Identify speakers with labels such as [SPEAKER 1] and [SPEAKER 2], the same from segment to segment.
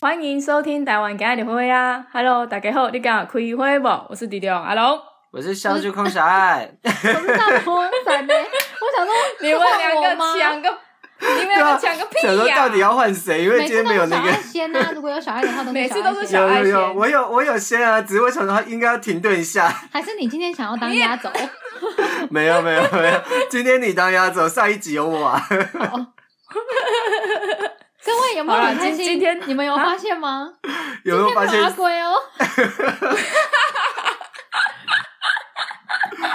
[SPEAKER 1] 欢迎收听台湾今日会啊！Hello，大家好，你敢开会不？我是迪迪阿 龙。
[SPEAKER 2] 我是小猪空 小爱，
[SPEAKER 3] 什么大魔伞呢？我想说，
[SPEAKER 1] 你们两
[SPEAKER 3] 是换我
[SPEAKER 1] 个
[SPEAKER 3] 吗
[SPEAKER 1] 抢个，你们两个抢个
[SPEAKER 2] 啊想说
[SPEAKER 1] 屁呀、
[SPEAKER 2] 到底要换谁？因为
[SPEAKER 3] 每
[SPEAKER 2] 今
[SPEAKER 3] 次
[SPEAKER 2] 天
[SPEAKER 3] 都
[SPEAKER 2] 没有
[SPEAKER 3] 是小
[SPEAKER 2] 那
[SPEAKER 3] 爱
[SPEAKER 2] 个。
[SPEAKER 3] 先啊， 如果有小爱的话，都
[SPEAKER 1] 每次都是
[SPEAKER 3] 是
[SPEAKER 1] 小
[SPEAKER 3] 小
[SPEAKER 2] 有
[SPEAKER 3] 爱
[SPEAKER 1] 爱
[SPEAKER 2] 有
[SPEAKER 1] 先
[SPEAKER 2] 有，我有我有先啊，只是我想说应该要停顿一下
[SPEAKER 3] 先，。还是你今天想要当压轴？
[SPEAKER 2] 没有没有没有，今天你当压轴，上一集有我啊。
[SPEAKER 3] 好各位有没有
[SPEAKER 1] 好啦
[SPEAKER 3] 很开心？
[SPEAKER 1] 今今天啊
[SPEAKER 3] 你们有发现吗？
[SPEAKER 2] 有没有发
[SPEAKER 3] 今天没有阿
[SPEAKER 2] 现？
[SPEAKER 3] 龟哦？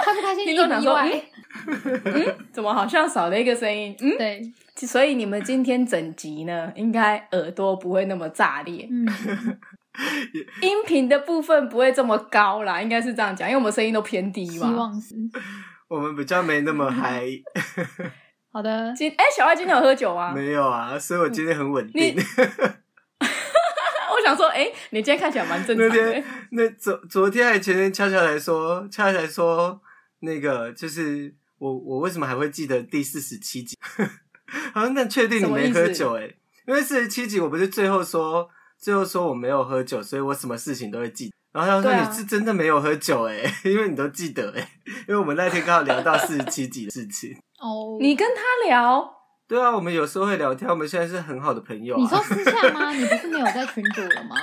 [SPEAKER 3] 开不开心？
[SPEAKER 1] 听
[SPEAKER 3] 意
[SPEAKER 1] 众
[SPEAKER 3] 不
[SPEAKER 1] 想
[SPEAKER 3] 意
[SPEAKER 1] 说，
[SPEAKER 3] 外？
[SPEAKER 1] 嗯，嗯，怎么好像少了一个声音？嗯，
[SPEAKER 3] 对，
[SPEAKER 1] 所以你们今天整集呢，应该耳朵不会那么炸裂，
[SPEAKER 3] 嗯，
[SPEAKER 1] 音频的部分不会这么高啦，应该是这样讲，因为我们声音都偏低
[SPEAKER 3] 希
[SPEAKER 1] 嘛。
[SPEAKER 3] 望是
[SPEAKER 2] 我们比较没那么嗨，
[SPEAKER 3] 好的。
[SPEAKER 1] 今哎、小爱今天有喝酒 啊？
[SPEAKER 2] 没有啊，所以我今天很稳定
[SPEAKER 1] 你。我想说，哎、你今天看起来蛮正常
[SPEAKER 2] 那
[SPEAKER 1] 的
[SPEAKER 2] 天。那昨昨天还前天，恰恰来说，恰恰来说，那个就是我我为什么还会记得第四十七集？ 好像那确定你没喝酒哎、欸，因为四十七集我不是最后说最后说我没有喝酒，所以我什么事情都会记。然后他
[SPEAKER 1] 对
[SPEAKER 2] 说
[SPEAKER 1] 啊
[SPEAKER 2] 你是真的没有喝酒哎、欸， 因为你都记得哎、欸，因为我们那天刚好聊到四十七集的事情。
[SPEAKER 3] 哦，
[SPEAKER 1] 你跟他聊，
[SPEAKER 2] 对啊，我们有时候会聊天，我们现在是很好的朋友、啊。
[SPEAKER 3] 你说私下吗？ 你不是没有在群主了吗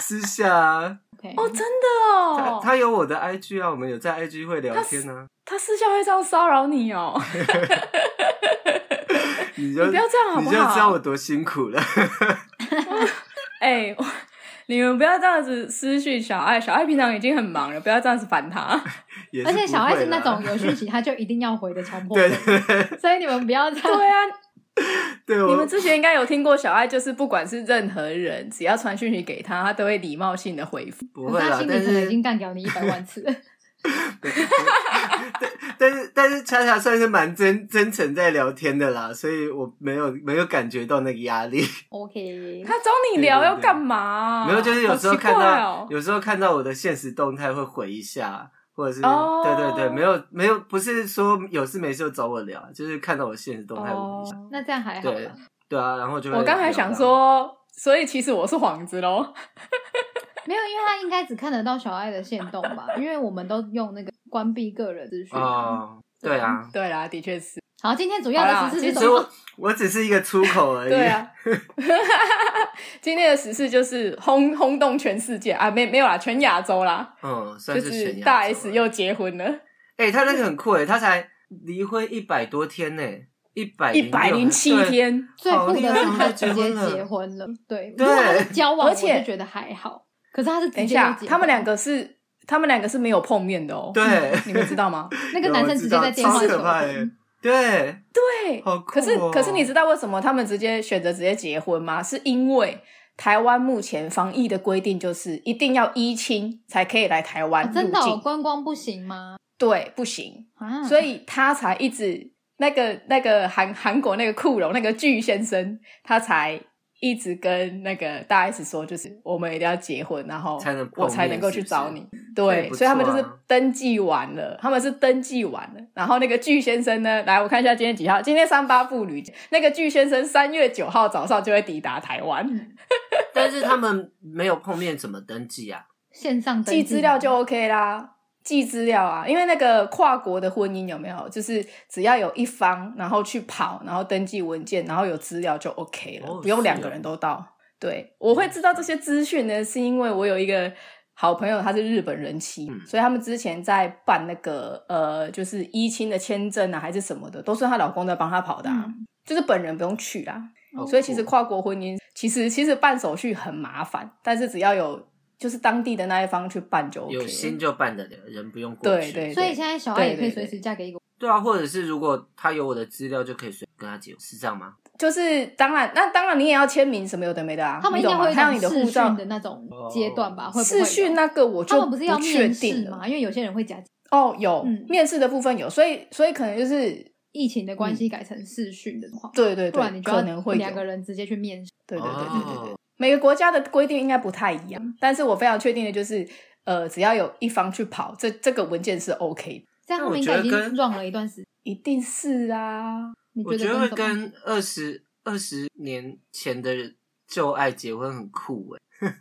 [SPEAKER 2] 私下、啊，
[SPEAKER 3] ？OK，
[SPEAKER 1] 哦，真的
[SPEAKER 2] 他
[SPEAKER 1] 哦，
[SPEAKER 2] 他有我的 IG 啊，我们有在 IG 会聊天啊。
[SPEAKER 1] 他私下会这样骚扰你哦，
[SPEAKER 2] 你就
[SPEAKER 1] 你不要这样好
[SPEAKER 2] 你
[SPEAKER 1] 不
[SPEAKER 2] 就知道
[SPEAKER 1] 好
[SPEAKER 2] 我？多辛苦了。
[SPEAKER 1] 哎、我你们不要这样子私讯小爱，小爱平常已经很忙了，不要这样子烦他。
[SPEAKER 2] 也是
[SPEAKER 3] 而且小爱
[SPEAKER 2] 不会
[SPEAKER 3] 是那
[SPEAKER 2] 啦
[SPEAKER 3] 种有讯息他就一定要回的强迫
[SPEAKER 2] 对
[SPEAKER 3] 症，
[SPEAKER 2] 对对
[SPEAKER 3] 所以你们不要这样。
[SPEAKER 1] 对啊，
[SPEAKER 2] 对，
[SPEAKER 1] 你
[SPEAKER 2] 我
[SPEAKER 1] 们之前应该有听过小爱，就是不管是任何人，只要传讯息给他，他都会礼貌性的回复。
[SPEAKER 2] 不
[SPEAKER 3] 可
[SPEAKER 2] 会
[SPEAKER 3] 是嗯他
[SPEAKER 2] 啦
[SPEAKER 3] 心，
[SPEAKER 2] 但
[SPEAKER 3] 里可能已
[SPEAKER 2] 是
[SPEAKER 3] 经干掉你一百万次了。
[SPEAKER 2] 但是但是恰恰算是蛮真真诚在聊天的啦，所以我没有没有感觉到那个压力，
[SPEAKER 3] OK，
[SPEAKER 1] 他找你聊
[SPEAKER 2] 对对
[SPEAKER 1] 要干嘛、
[SPEAKER 2] 没有就是有时候看
[SPEAKER 1] 啊好奇怪
[SPEAKER 2] 到
[SPEAKER 1] 哦、
[SPEAKER 2] 有时候看到我的现实动态会回一下。或者是、
[SPEAKER 1] 哦
[SPEAKER 2] 对对对，没有没有，不是说有事没事就找我聊，就是看到我现实动态我回一下，
[SPEAKER 1] 哦，
[SPEAKER 3] 那这样还好
[SPEAKER 2] 对
[SPEAKER 3] 吧？
[SPEAKER 2] 对啊，然后就会
[SPEAKER 1] 我刚才
[SPEAKER 2] 聊哦
[SPEAKER 1] 想
[SPEAKER 2] 到，
[SPEAKER 1] 说，所以其实我是幌子喽。
[SPEAKER 3] 没有，因为他应该只看得到小爱的线动吧？因为我们都用那个关闭个人
[SPEAKER 1] 啊
[SPEAKER 3] 资讯。
[SPEAKER 2] 哦，对啊，
[SPEAKER 1] 对啦，的确是。
[SPEAKER 3] 好，今天主要的
[SPEAKER 1] 好啦
[SPEAKER 3] 只
[SPEAKER 1] 其
[SPEAKER 3] 是
[SPEAKER 1] 实
[SPEAKER 3] 这
[SPEAKER 2] 所以
[SPEAKER 3] 种
[SPEAKER 2] 我我只是一个出口而
[SPEAKER 1] 啊
[SPEAKER 2] 已，
[SPEAKER 1] 对啊，今天的时事就是轰轰动全世界啊，没没有啦，全亚洲啦，
[SPEAKER 2] 嗯，算
[SPEAKER 1] 就是是
[SPEAKER 2] 全亚
[SPEAKER 1] 大
[SPEAKER 2] 洲
[SPEAKER 1] S
[SPEAKER 2] 了
[SPEAKER 1] 又结婚了，
[SPEAKER 2] 哎、他那个很酷哎，他才离婚一百多天呢，一百
[SPEAKER 1] 一百零七，天，
[SPEAKER 3] 最酷的是
[SPEAKER 2] 好
[SPEAKER 3] 他
[SPEAKER 2] 厉害
[SPEAKER 3] 直接结
[SPEAKER 2] 结
[SPEAKER 3] 婚了。对，如
[SPEAKER 2] 对
[SPEAKER 3] 果他是交往，
[SPEAKER 1] 而
[SPEAKER 3] 我
[SPEAKER 1] 且
[SPEAKER 3] 就觉得还好。可是他是直
[SPEAKER 1] 等
[SPEAKER 3] 接
[SPEAKER 1] 一
[SPEAKER 3] 就结
[SPEAKER 1] 下
[SPEAKER 3] 婚，
[SPEAKER 1] 他们两个是他们两个是没有碰面的哦，
[SPEAKER 2] 对，
[SPEAKER 1] 你们知道 吗？
[SPEAKER 3] 那个男生直接在电话
[SPEAKER 2] 有我知
[SPEAKER 3] 求
[SPEAKER 2] 道超可怕耶
[SPEAKER 3] 婚，
[SPEAKER 2] 对，
[SPEAKER 1] 对，
[SPEAKER 2] 好酷哦
[SPEAKER 1] 可是可是你知道为什么他们直接选择直接结婚吗？是因为台湾目前防疫的规定就是一定要一亲才可以来台湾
[SPEAKER 3] 哦
[SPEAKER 1] 入境，
[SPEAKER 3] 真的哦观光不行吗？
[SPEAKER 1] 对，不行，
[SPEAKER 3] 啊，
[SPEAKER 1] 所以他才一直那个那个韩韩国那个库龙那个巨先生，他才一直跟那个大 S 说，就是我们一定要结婚，然后
[SPEAKER 2] 才能碰
[SPEAKER 1] 我才
[SPEAKER 2] 面
[SPEAKER 1] 能够
[SPEAKER 2] 是
[SPEAKER 1] 去
[SPEAKER 2] 不是
[SPEAKER 1] 找你。
[SPEAKER 2] 也
[SPEAKER 1] 对，
[SPEAKER 2] 不
[SPEAKER 1] 所以他们就
[SPEAKER 2] 错啊
[SPEAKER 1] 是登记完了，他们是登记完了。然后那个巨先生呢，来我看一下今天几号，今天三八妇女节，那个巨先生三月九号早上就会抵达台湾，
[SPEAKER 2] 但是他们没有碰面怎么登记啊？
[SPEAKER 3] 线上登
[SPEAKER 1] 寄
[SPEAKER 3] 记
[SPEAKER 1] 资料就 OK 啦。寄资料啊，因为那个跨国的婚姻有没有，就是只要有一方然后去跑，然后登记文件，然后有资料就 OK 了，
[SPEAKER 2] 哦
[SPEAKER 1] 不用两
[SPEAKER 2] 是哦
[SPEAKER 1] 个人都到。对，我会知道这些资讯呢，是因为我有一个好朋友，他是日本人妻，
[SPEAKER 2] 嗯
[SPEAKER 1] 所以他们之前在办那个呃，就是一亲的签证啊，还是什么的，都是她老公在帮她跑的、啊，
[SPEAKER 3] 嗯
[SPEAKER 1] 就是本人不用去啦。
[SPEAKER 2] 好
[SPEAKER 1] 所以其实
[SPEAKER 2] 酷
[SPEAKER 1] 跨
[SPEAKER 2] 哦
[SPEAKER 1] 国婚姻，其实其实办手续很麻烦，但是只要有就是当地的那一方去办就 OK
[SPEAKER 2] 有心
[SPEAKER 1] 了。
[SPEAKER 2] 就办得了，人不用过去，
[SPEAKER 1] 对对
[SPEAKER 3] 所以现在小爱也可以随
[SPEAKER 1] 对对
[SPEAKER 3] 时嫁给一个
[SPEAKER 2] 对啊，或者是如果他有我的资料，就可以随跟他结婚，是这样吗？
[SPEAKER 1] 就是当然，那当然你也要签名什么有的没的啊，
[SPEAKER 3] 他们
[SPEAKER 1] 你
[SPEAKER 3] 应
[SPEAKER 1] 懂吗
[SPEAKER 3] 该会有
[SPEAKER 1] 还有
[SPEAKER 3] 一
[SPEAKER 1] 你的
[SPEAKER 3] 种
[SPEAKER 1] 护
[SPEAKER 3] 视
[SPEAKER 1] 照
[SPEAKER 3] 讯的那种
[SPEAKER 2] 哦
[SPEAKER 3] 阶段吧？会不会有
[SPEAKER 1] 视讯那个我
[SPEAKER 3] 他
[SPEAKER 1] 就
[SPEAKER 3] 们不是要
[SPEAKER 1] 确
[SPEAKER 3] 面试
[SPEAKER 1] 定了。
[SPEAKER 3] 吗？因为有些人会假
[SPEAKER 1] 哦，有、
[SPEAKER 3] 嗯
[SPEAKER 1] 面试的部分有，所以所以可能就是
[SPEAKER 3] 疫情的关系改成视讯的话，
[SPEAKER 1] 对嗯对
[SPEAKER 3] 不然
[SPEAKER 1] 对，
[SPEAKER 3] 你就
[SPEAKER 1] 可能
[SPEAKER 3] 要
[SPEAKER 1] 会有
[SPEAKER 3] 两个人直接去面试。
[SPEAKER 1] 对对对对对对。
[SPEAKER 2] 哦
[SPEAKER 1] 每个国家的规定应该不太一样，但是我非常确定的就是，呃，只要有一方去跑，这这个文件是 OK 的，
[SPEAKER 3] 这样他们应该已经 run 了一段时间，
[SPEAKER 1] 一定是啊。
[SPEAKER 3] 你
[SPEAKER 2] 我
[SPEAKER 3] 觉
[SPEAKER 2] 觉得会
[SPEAKER 3] 得跟什么？
[SPEAKER 2] 跟二十二十年前的旧爱结婚很酷哎、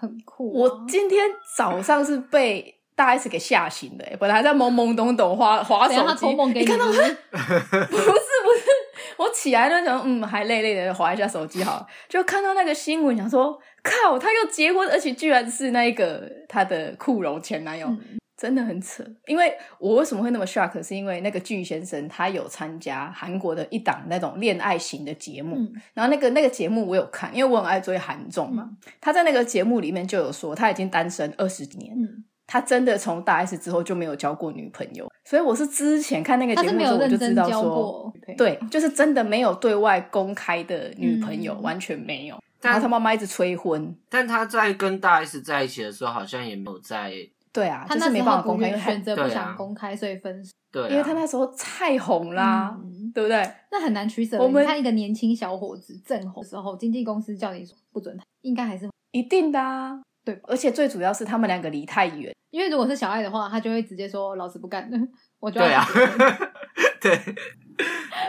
[SPEAKER 3] 很酷啊、
[SPEAKER 1] 我今天早上是被大 S 给吓醒的、欸，本来还在懵懵懂懂滑滑
[SPEAKER 3] 等一下
[SPEAKER 1] 手
[SPEAKER 3] 啊他
[SPEAKER 1] 机，
[SPEAKER 3] 托梦给
[SPEAKER 1] 你看到
[SPEAKER 3] 是不是
[SPEAKER 1] 不是不是，我起来那想，嗯，还累累的划一下手机好了，就看到那个新闻，想说靠，他又结婚，而且居然是那一个他的酷柔前男友，
[SPEAKER 3] 嗯
[SPEAKER 1] 真的很扯。因为我为什么会那么 shock，是因为那个具先生他有参加韩国的一档那种恋爱型的节目，
[SPEAKER 3] 嗯
[SPEAKER 1] 然后那个那个节目我有看，因为我很爱追韩综嘛，他在那个节目里面就有说他已经单身二十年。
[SPEAKER 3] 嗯，
[SPEAKER 1] 他真的从大 S 之后就没有交过女朋友，所以我是之前看那个
[SPEAKER 3] 他
[SPEAKER 1] 节
[SPEAKER 3] 是
[SPEAKER 1] 目
[SPEAKER 3] 没
[SPEAKER 1] 的时候
[SPEAKER 3] 有
[SPEAKER 1] 我就
[SPEAKER 3] 认
[SPEAKER 1] 知
[SPEAKER 3] 真
[SPEAKER 1] 道
[SPEAKER 3] 教
[SPEAKER 1] 说，
[SPEAKER 3] 过，对
[SPEAKER 1] 对，就是真的没有对外公开的女朋友，
[SPEAKER 3] 嗯
[SPEAKER 1] 完全没有。然后他
[SPEAKER 2] 但
[SPEAKER 1] 妈妈一直催婚，
[SPEAKER 2] 但他在跟大 S 在一起的时候，好像也没有在
[SPEAKER 1] 对啊，
[SPEAKER 3] 他
[SPEAKER 1] 就
[SPEAKER 3] 那
[SPEAKER 1] 是没
[SPEAKER 3] 时
[SPEAKER 1] 办法
[SPEAKER 3] 候
[SPEAKER 1] 公
[SPEAKER 3] 不
[SPEAKER 1] 开，因为
[SPEAKER 3] 愿
[SPEAKER 1] 他
[SPEAKER 3] 选择
[SPEAKER 2] 对
[SPEAKER 3] 不
[SPEAKER 2] 啊
[SPEAKER 3] 想公开，所以分手
[SPEAKER 2] 对、啊，
[SPEAKER 1] 因为他那时候太红啦，
[SPEAKER 3] 嗯
[SPEAKER 1] 对不对？
[SPEAKER 3] 那很难取舍。
[SPEAKER 1] 我们
[SPEAKER 3] 你看一个年轻小伙子正红的时候，经纪公司叫你不准他，应该还是
[SPEAKER 1] 一定的啊，
[SPEAKER 3] 对吧
[SPEAKER 1] 而且最主要是他们两个离太远，
[SPEAKER 3] 因为如果是小爱的话，他就会直接说老子不干了， 我就要
[SPEAKER 2] 对啊
[SPEAKER 3] 离婚，
[SPEAKER 2] 对，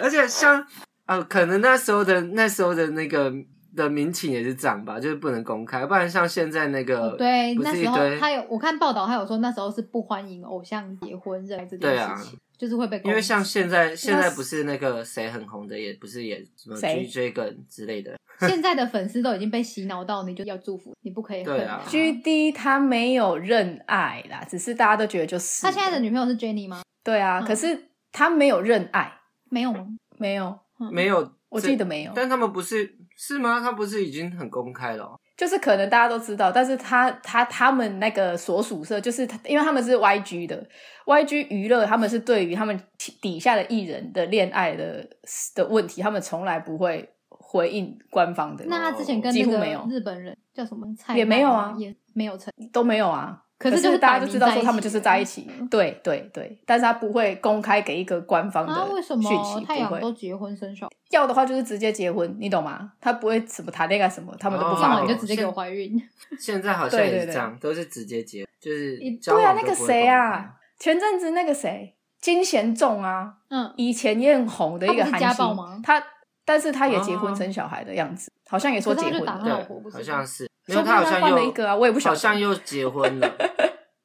[SPEAKER 2] 而且像呃，可能那时候的那时候的那个的民情也是这样吧，就是不能公开，不然像现在那个、
[SPEAKER 3] 哦对，
[SPEAKER 2] 不
[SPEAKER 3] 那
[SPEAKER 2] 是一
[SPEAKER 3] 时候
[SPEAKER 2] 堆，
[SPEAKER 3] 他有我看报道，他有说那时候是不欢迎偶像结婚认这件
[SPEAKER 2] 对啊
[SPEAKER 3] 事情，就是会被攻击
[SPEAKER 2] 因为像现在现在不是那个谁很红的，也不是也什么
[SPEAKER 1] 谁
[SPEAKER 2] G J 梗之类的，
[SPEAKER 3] 现在的粉丝都已经被洗脑到，你就要祝福，你不可以恨
[SPEAKER 2] 对啊
[SPEAKER 3] 他
[SPEAKER 1] G D 他没有认爱啦，只是大家都觉得就是
[SPEAKER 3] 他现在的女朋友是 Jenny 吗？
[SPEAKER 1] 对啊，
[SPEAKER 3] 嗯
[SPEAKER 1] 可是他没有认爱，
[SPEAKER 3] 没有吗？
[SPEAKER 1] 没有，
[SPEAKER 3] 嗯
[SPEAKER 2] 没有，
[SPEAKER 1] 我记得，没有，
[SPEAKER 2] 但他们不是是吗？他不是已经很公开了哦、
[SPEAKER 1] 就是可能大家都知道，但是他他他们那个所属社，就是他因为他们是 YG 的，YG 娱乐他们是对于他们底底下的艺人的恋爱的的问题，他们从来不会回应官方的，
[SPEAKER 3] 那他之前跟
[SPEAKER 1] 几
[SPEAKER 3] 那
[SPEAKER 1] 乎没有
[SPEAKER 3] 个日本人叫什么蔡
[SPEAKER 1] 也没有啊
[SPEAKER 3] 奈吗也没有成。
[SPEAKER 1] 都没有啊。
[SPEAKER 3] 可
[SPEAKER 1] 是
[SPEAKER 3] 是就是
[SPEAKER 1] 大家
[SPEAKER 3] 摆
[SPEAKER 1] 就
[SPEAKER 3] 明
[SPEAKER 1] 知道说
[SPEAKER 3] 在一
[SPEAKER 1] 他们
[SPEAKER 3] 起
[SPEAKER 1] 就是
[SPEAKER 3] 的嗯
[SPEAKER 1] 在一起，对对对，但是他不会公开给一个官方的
[SPEAKER 3] 啊，为什
[SPEAKER 1] 讯
[SPEAKER 3] 么
[SPEAKER 1] 息，
[SPEAKER 3] 太
[SPEAKER 1] 不
[SPEAKER 3] 阳
[SPEAKER 1] 会
[SPEAKER 3] 都结婚生小孩，
[SPEAKER 1] 要的话就是直接结婚，你懂吗？他不会什么谈恋爱什么，他们都不
[SPEAKER 2] 哦
[SPEAKER 3] 这
[SPEAKER 1] 发
[SPEAKER 3] 么
[SPEAKER 1] 表
[SPEAKER 3] 你就直接给我
[SPEAKER 2] 是
[SPEAKER 3] 怀孕？
[SPEAKER 2] 现在好像
[SPEAKER 1] 对
[SPEAKER 2] 也
[SPEAKER 1] 对
[SPEAKER 2] 是
[SPEAKER 1] 对
[SPEAKER 2] 这样，都是直接结，就是
[SPEAKER 1] 一
[SPEAKER 2] 交
[SPEAKER 1] 对啊，
[SPEAKER 2] 往
[SPEAKER 1] 那
[SPEAKER 2] 都
[SPEAKER 1] 个
[SPEAKER 2] 不会
[SPEAKER 1] 谁
[SPEAKER 2] 公开
[SPEAKER 1] 啊，，前阵子那个谁金贤重啊，
[SPEAKER 3] 嗯，
[SPEAKER 1] 以前也很红的一个韩星，
[SPEAKER 3] 他不是家暴吗
[SPEAKER 1] 他但是他也结婚生小孩的样子，好像也说
[SPEAKER 3] 可
[SPEAKER 1] 结
[SPEAKER 3] 是他
[SPEAKER 1] 婚
[SPEAKER 3] 就打
[SPEAKER 1] 了，
[SPEAKER 3] 他老婆
[SPEAKER 2] 对
[SPEAKER 3] 不是
[SPEAKER 2] 好像是，没
[SPEAKER 1] 说
[SPEAKER 2] 有
[SPEAKER 1] 不定
[SPEAKER 2] 他好
[SPEAKER 1] 他换了
[SPEAKER 2] 像
[SPEAKER 1] 一
[SPEAKER 2] 又
[SPEAKER 1] 个啊，我也不晓
[SPEAKER 2] 好
[SPEAKER 1] 得。
[SPEAKER 2] 像又结 婚了，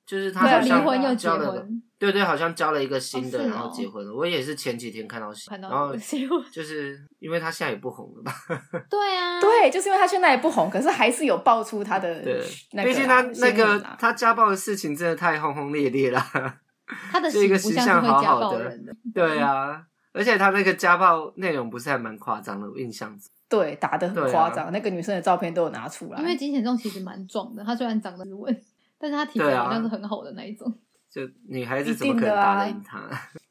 [SPEAKER 2] 就是他
[SPEAKER 1] 对啊
[SPEAKER 2] 好
[SPEAKER 3] 又离
[SPEAKER 2] 像
[SPEAKER 3] 婚又结
[SPEAKER 2] 交了个
[SPEAKER 3] 婚，
[SPEAKER 2] 对对，好像交了一个新的，
[SPEAKER 3] 哦是哦
[SPEAKER 2] 然后结婚了。我也是前几天看到新，
[SPEAKER 3] 看到
[SPEAKER 2] 然后
[SPEAKER 3] 结婚，
[SPEAKER 2] 就是因为他现在也不红了吧？
[SPEAKER 3] 对啊，
[SPEAKER 1] 对，就是因为他现在也不红，可是还是有爆出他的
[SPEAKER 2] 对，
[SPEAKER 1] 那个啊、
[SPEAKER 2] 毕竟他那
[SPEAKER 1] 新
[SPEAKER 2] 个
[SPEAKER 1] 闻啊
[SPEAKER 2] 他家暴的事情真的太轰轰烈烈 了。
[SPEAKER 3] 他的
[SPEAKER 2] 是
[SPEAKER 3] 媳
[SPEAKER 2] 一
[SPEAKER 3] 妇
[SPEAKER 2] 个
[SPEAKER 3] 像
[SPEAKER 2] 形
[SPEAKER 3] 是
[SPEAKER 2] 象
[SPEAKER 3] 会
[SPEAKER 2] 好
[SPEAKER 3] 家
[SPEAKER 2] 好
[SPEAKER 3] 暴
[SPEAKER 2] 的
[SPEAKER 3] 人的，
[SPEAKER 2] 对啊，而且他那个家暴内容不是还蛮夸张的，我印象中。
[SPEAKER 1] 对打的很
[SPEAKER 2] 对啊
[SPEAKER 1] 夸张，那个女生的照片都有拿出来，
[SPEAKER 3] 因为金贤重其实蛮壮的，他虽然长得斯文，但是他体格
[SPEAKER 2] 对啊
[SPEAKER 3] 好像是很好的那一种。
[SPEAKER 2] 就女孩子
[SPEAKER 1] 一
[SPEAKER 2] 怎么
[SPEAKER 1] 定
[SPEAKER 2] 可
[SPEAKER 1] 的
[SPEAKER 2] 能打
[SPEAKER 1] 啊
[SPEAKER 2] 得赢他？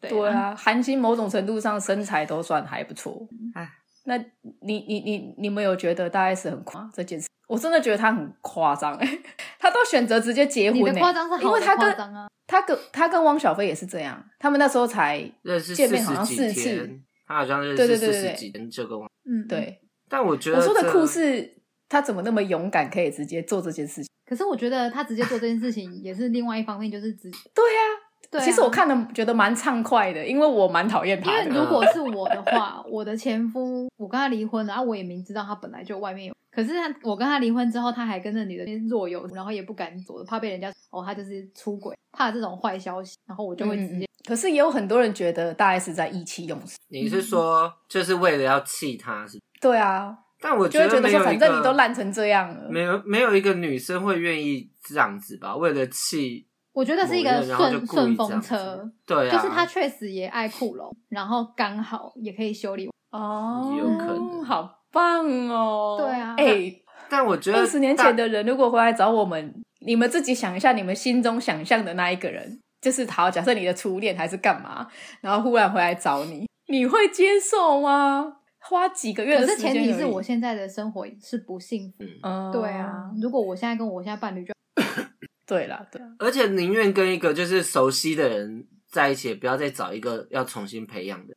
[SPEAKER 1] 对，啊，韩星某种程度上身材都算还不错
[SPEAKER 2] 唉。
[SPEAKER 1] 那你你你你们有觉得大 S 很夸这件事？我真的觉得她很夸张、 欸，他都选择直接结
[SPEAKER 3] 你
[SPEAKER 1] 婚、
[SPEAKER 3] 的
[SPEAKER 1] 欸，
[SPEAKER 3] 夸张是
[SPEAKER 1] 因
[SPEAKER 3] 好
[SPEAKER 1] 为
[SPEAKER 3] 的
[SPEAKER 1] 他
[SPEAKER 3] 夸
[SPEAKER 1] 跟
[SPEAKER 3] 张啊，
[SPEAKER 1] 他跟他跟汪小菲也是这样，他们那时候才
[SPEAKER 2] 认识
[SPEAKER 1] 见
[SPEAKER 2] 四
[SPEAKER 1] 面好像
[SPEAKER 2] 十
[SPEAKER 1] 四
[SPEAKER 2] 几
[SPEAKER 1] 次
[SPEAKER 2] 天，他好像认
[SPEAKER 1] 对对
[SPEAKER 2] 识
[SPEAKER 1] 对
[SPEAKER 2] 四
[SPEAKER 1] 对
[SPEAKER 2] 十
[SPEAKER 1] 对
[SPEAKER 2] 几天这个网。
[SPEAKER 3] 嗯，。
[SPEAKER 1] 对。
[SPEAKER 2] 但我觉得
[SPEAKER 1] 我说的
[SPEAKER 2] 这
[SPEAKER 1] 酷是他怎么那么勇敢，可以直接做这件事情？
[SPEAKER 3] 可是我觉得他直接做这件事情也是另外一方面，就是直。
[SPEAKER 1] 对呀、
[SPEAKER 3] 对啊
[SPEAKER 1] 其实我，看了觉得蛮畅快的，因为我蛮讨厌
[SPEAKER 3] 因
[SPEAKER 1] 他
[SPEAKER 3] 为
[SPEAKER 1] 的。
[SPEAKER 3] 如果是我的话，我的前夫我跟他离婚了，然后我也明知道他本来就外面有，可是他我跟他离婚之后，他还跟那女的若有，然后也不敢走，怕被人家哦，他就是出轨，怕这种坏消息，然后我就会直
[SPEAKER 1] 嗯嗯
[SPEAKER 3] 接
[SPEAKER 1] 嗯可是也有很多人觉得大 S 在意气用事。
[SPEAKER 2] 你是说就是为了要气他是不是？
[SPEAKER 1] 对啊，
[SPEAKER 2] 但我
[SPEAKER 1] 就会觉得
[SPEAKER 2] 没
[SPEAKER 1] 说，
[SPEAKER 2] 有一
[SPEAKER 1] 反正
[SPEAKER 2] 个
[SPEAKER 1] 你都烂成这样了，
[SPEAKER 2] 没有没有一个女生会愿意这样子吧？为了气，
[SPEAKER 3] 我觉得是一
[SPEAKER 2] 某
[SPEAKER 3] 个
[SPEAKER 2] 人然后就
[SPEAKER 3] 顺
[SPEAKER 2] 故意
[SPEAKER 3] 顺
[SPEAKER 2] 这样
[SPEAKER 3] 风
[SPEAKER 2] 子
[SPEAKER 3] 车，
[SPEAKER 2] 对啊，
[SPEAKER 3] 就是他确实也爱库龙，然后刚好也可以修理。
[SPEAKER 1] 哦，
[SPEAKER 2] 有可能
[SPEAKER 1] 好棒哦！
[SPEAKER 3] 对啊
[SPEAKER 1] 哎、
[SPEAKER 2] 但我觉得
[SPEAKER 1] 二十年前
[SPEAKER 2] 大，
[SPEAKER 1] 的人如果回来找我们，你们自己想一下，你们心中想象的那一个人，就是好，假设你的初恋还是干嘛，然后忽然回来找你，你会接受吗？花几个月
[SPEAKER 3] 可
[SPEAKER 1] 的
[SPEAKER 3] 是
[SPEAKER 1] 时间
[SPEAKER 3] 前
[SPEAKER 1] 而已，
[SPEAKER 3] 提是我现在的生活是不幸福。
[SPEAKER 1] 嗯，
[SPEAKER 3] 对啊，，如果我现在跟我现在伴侣就
[SPEAKER 1] 对啦，对啊啦
[SPEAKER 2] 而且宁愿跟一个就是熟悉的人在一起，也不要再找一个要重新培养的。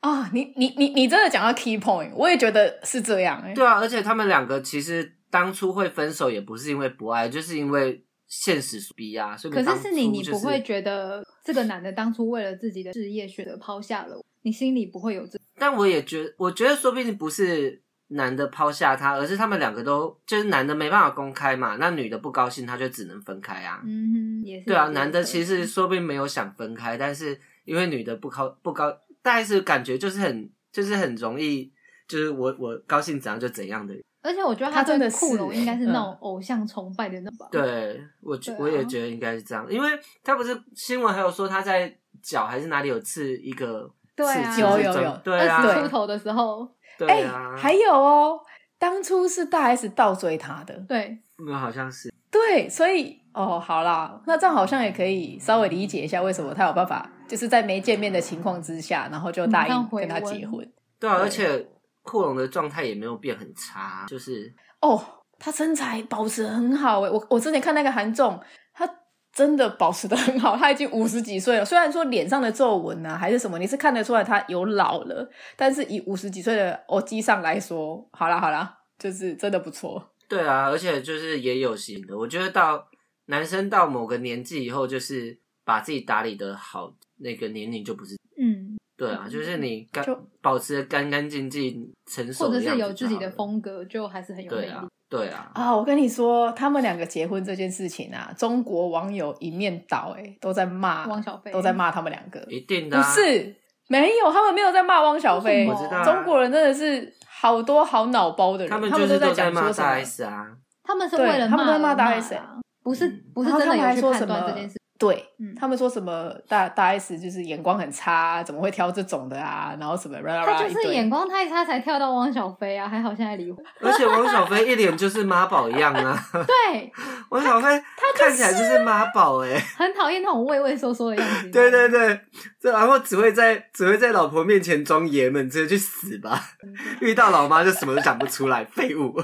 [SPEAKER 1] 啊、你你你你真的讲到 key point，我也觉得是这样哎、
[SPEAKER 2] 对啊，而且他们两个其实当初会分手，也不是因为不爱，就是因为现实所逼啊。所以
[SPEAKER 3] 可
[SPEAKER 2] 当
[SPEAKER 3] 是
[SPEAKER 2] 初
[SPEAKER 3] 是你，你
[SPEAKER 2] 就
[SPEAKER 3] 不会觉得这个男的当初为了自己的事业选择抛下了我，你心里不会有这
[SPEAKER 2] 但我也觉得，我觉得说不定不是男的抛下她，而是他们两个都就是男的没办法公开嘛，那女的不高兴，她就只能分开啊。
[SPEAKER 3] 嗯哼，嗯也是
[SPEAKER 2] 对啊，男的其实说不定没有想分开，但是因为女的不高不高，大概是感觉就是很就是很容易，就是我我高兴怎样就怎样的人。
[SPEAKER 3] 而且我觉得
[SPEAKER 1] 他
[SPEAKER 3] 对
[SPEAKER 1] 真的
[SPEAKER 3] 库
[SPEAKER 1] 是
[SPEAKER 3] 龙
[SPEAKER 1] 欸
[SPEAKER 3] 应该是那种
[SPEAKER 1] 嗯
[SPEAKER 3] 偶像崇拜的那种吧。
[SPEAKER 2] 对我觉
[SPEAKER 3] 对啊
[SPEAKER 2] 我也觉得应该是这样，因为他不是新闻还有说他在脚还是哪里有刺一个
[SPEAKER 3] 对啊
[SPEAKER 2] 刺青是
[SPEAKER 1] 有有
[SPEAKER 2] 中
[SPEAKER 1] 有
[SPEAKER 2] 对啊
[SPEAKER 3] 二十出头的时候，
[SPEAKER 1] 哎、
[SPEAKER 2] 对啊，
[SPEAKER 1] 还有哦，当初是大 S 倒追他的，
[SPEAKER 3] 对，
[SPEAKER 2] 嗯好像是
[SPEAKER 1] 对，所以哦，好啦，那这样好像也可以稍微理解一下为什么他有办法，就是在没见面的情况之下，然后就答
[SPEAKER 3] 马上
[SPEAKER 1] 应
[SPEAKER 3] 回
[SPEAKER 1] 跟他
[SPEAKER 3] 温
[SPEAKER 1] 结婚。
[SPEAKER 2] 对啊，
[SPEAKER 1] 对
[SPEAKER 2] 而且库龙的状态也没有变很差，就是
[SPEAKER 1] 哦，他身材保持得很好诶、欸我我之前看那个韩综，他真的保持的很好，他已经五十几岁了，虽然说脸上的皱纹啊还是什么，你是看得出来他有老了，但是以五十几岁的欧基上来说，好啦好啦，就是真的不错。
[SPEAKER 2] 对啊，而且就是也有型的。我觉得到男生到某个年纪以后，就是把自己打理的好，那个年龄就不是
[SPEAKER 3] 嗯，
[SPEAKER 2] 对啊，就是你干
[SPEAKER 1] 就
[SPEAKER 2] 保持的干干净净、成熟
[SPEAKER 3] 或
[SPEAKER 2] 的
[SPEAKER 3] 者是
[SPEAKER 2] 样子
[SPEAKER 3] 有自己的
[SPEAKER 2] 就好了
[SPEAKER 3] 风格，就还是很有魅
[SPEAKER 2] 对
[SPEAKER 3] 力
[SPEAKER 2] 啊。，对啊，
[SPEAKER 1] 啊，我跟你说，他们两个结婚这件事情啊，中国网友一面倒、欸，都在骂
[SPEAKER 3] 汪小菲
[SPEAKER 1] 都在，骂他们两个，
[SPEAKER 2] 一定的、
[SPEAKER 1] 不
[SPEAKER 2] 啊、
[SPEAKER 1] 是没有，他们没有在骂汪小菲，
[SPEAKER 3] 为什么我知道
[SPEAKER 2] 啊
[SPEAKER 1] 中国人真的是好多好脑包的人，
[SPEAKER 2] 他
[SPEAKER 1] 他
[SPEAKER 2] 们就
[SPEAKER 1] 都
[SPEAKER 2] 是
[SPEAKER 1] 在
[SPEAKER 2] 都在
[SPEAKER 1] 讲
[SPEAKER 2] 骂
[SPEAKER 1] 说什
[SPEAKER 2] 大
[SPEAKER 1] 么，
[SPEAKER 2] S 啊，
[SPEAKER 3] 他们是
[SPEAKER 1] 对
[SPEAKER 3] 为了
[SPEAKER 1] 他们都在骂
[SPEAKER 3] 骂
[SPEAKER 1] 大
[SPEAKER 3] 而
[SPEAKER 1] S
[SPEAKER 3] 骂啊不是
[SPEAKER 2] 嗯
[SPEAKER 3] 不是
[SPEAKER 1] 然后
[SPEAKER 3] 真
[SPEAKER 1] 他
[SPEAKER 3] 的
[SPEAKER 1] 们
[SPEAKER 3] 有
[SPEAKER 1] 还
[SPEAKER 3] 去
[SPEAKER 1] 说什
[SPEAKER 3] 判
[SPEAKER 1] 么
[SPEAKER 3] 断这件事。
[SPEAKER 1] 对。
[SPEAKER 3] 嗯，
[SPEAKER 1] 他们说什么大大 S 就是眼光很差，怎么会挑这种的啊？然后什么啦啦啦
[SPEAKER 3] 他就
[SPEAKER 1] 一
[SPEAKER 3] 是
[SPEAKER 1] 堆
[SPEAKER 3] 眼光太差才跳到汪小菲啊，还好现在 离婚。
[SPEAKER 2] 而且王小飞一脸就是妈宝一样啊，
[SPEAKER 3] 对，
[SPEAKER 2] 王小飞看起来就是妈宝哎、
[SPEAKER 3] 很讨厌那种畏畏缩缩的样子。
[SPEAKER 2] 对对对，这然后只会在只会在老婆面前装爷们，直接去死吧！
[SPEAKER 1] 嗯
[SPEAKER 2] 遇到老妈就什么都讲不出来，废物。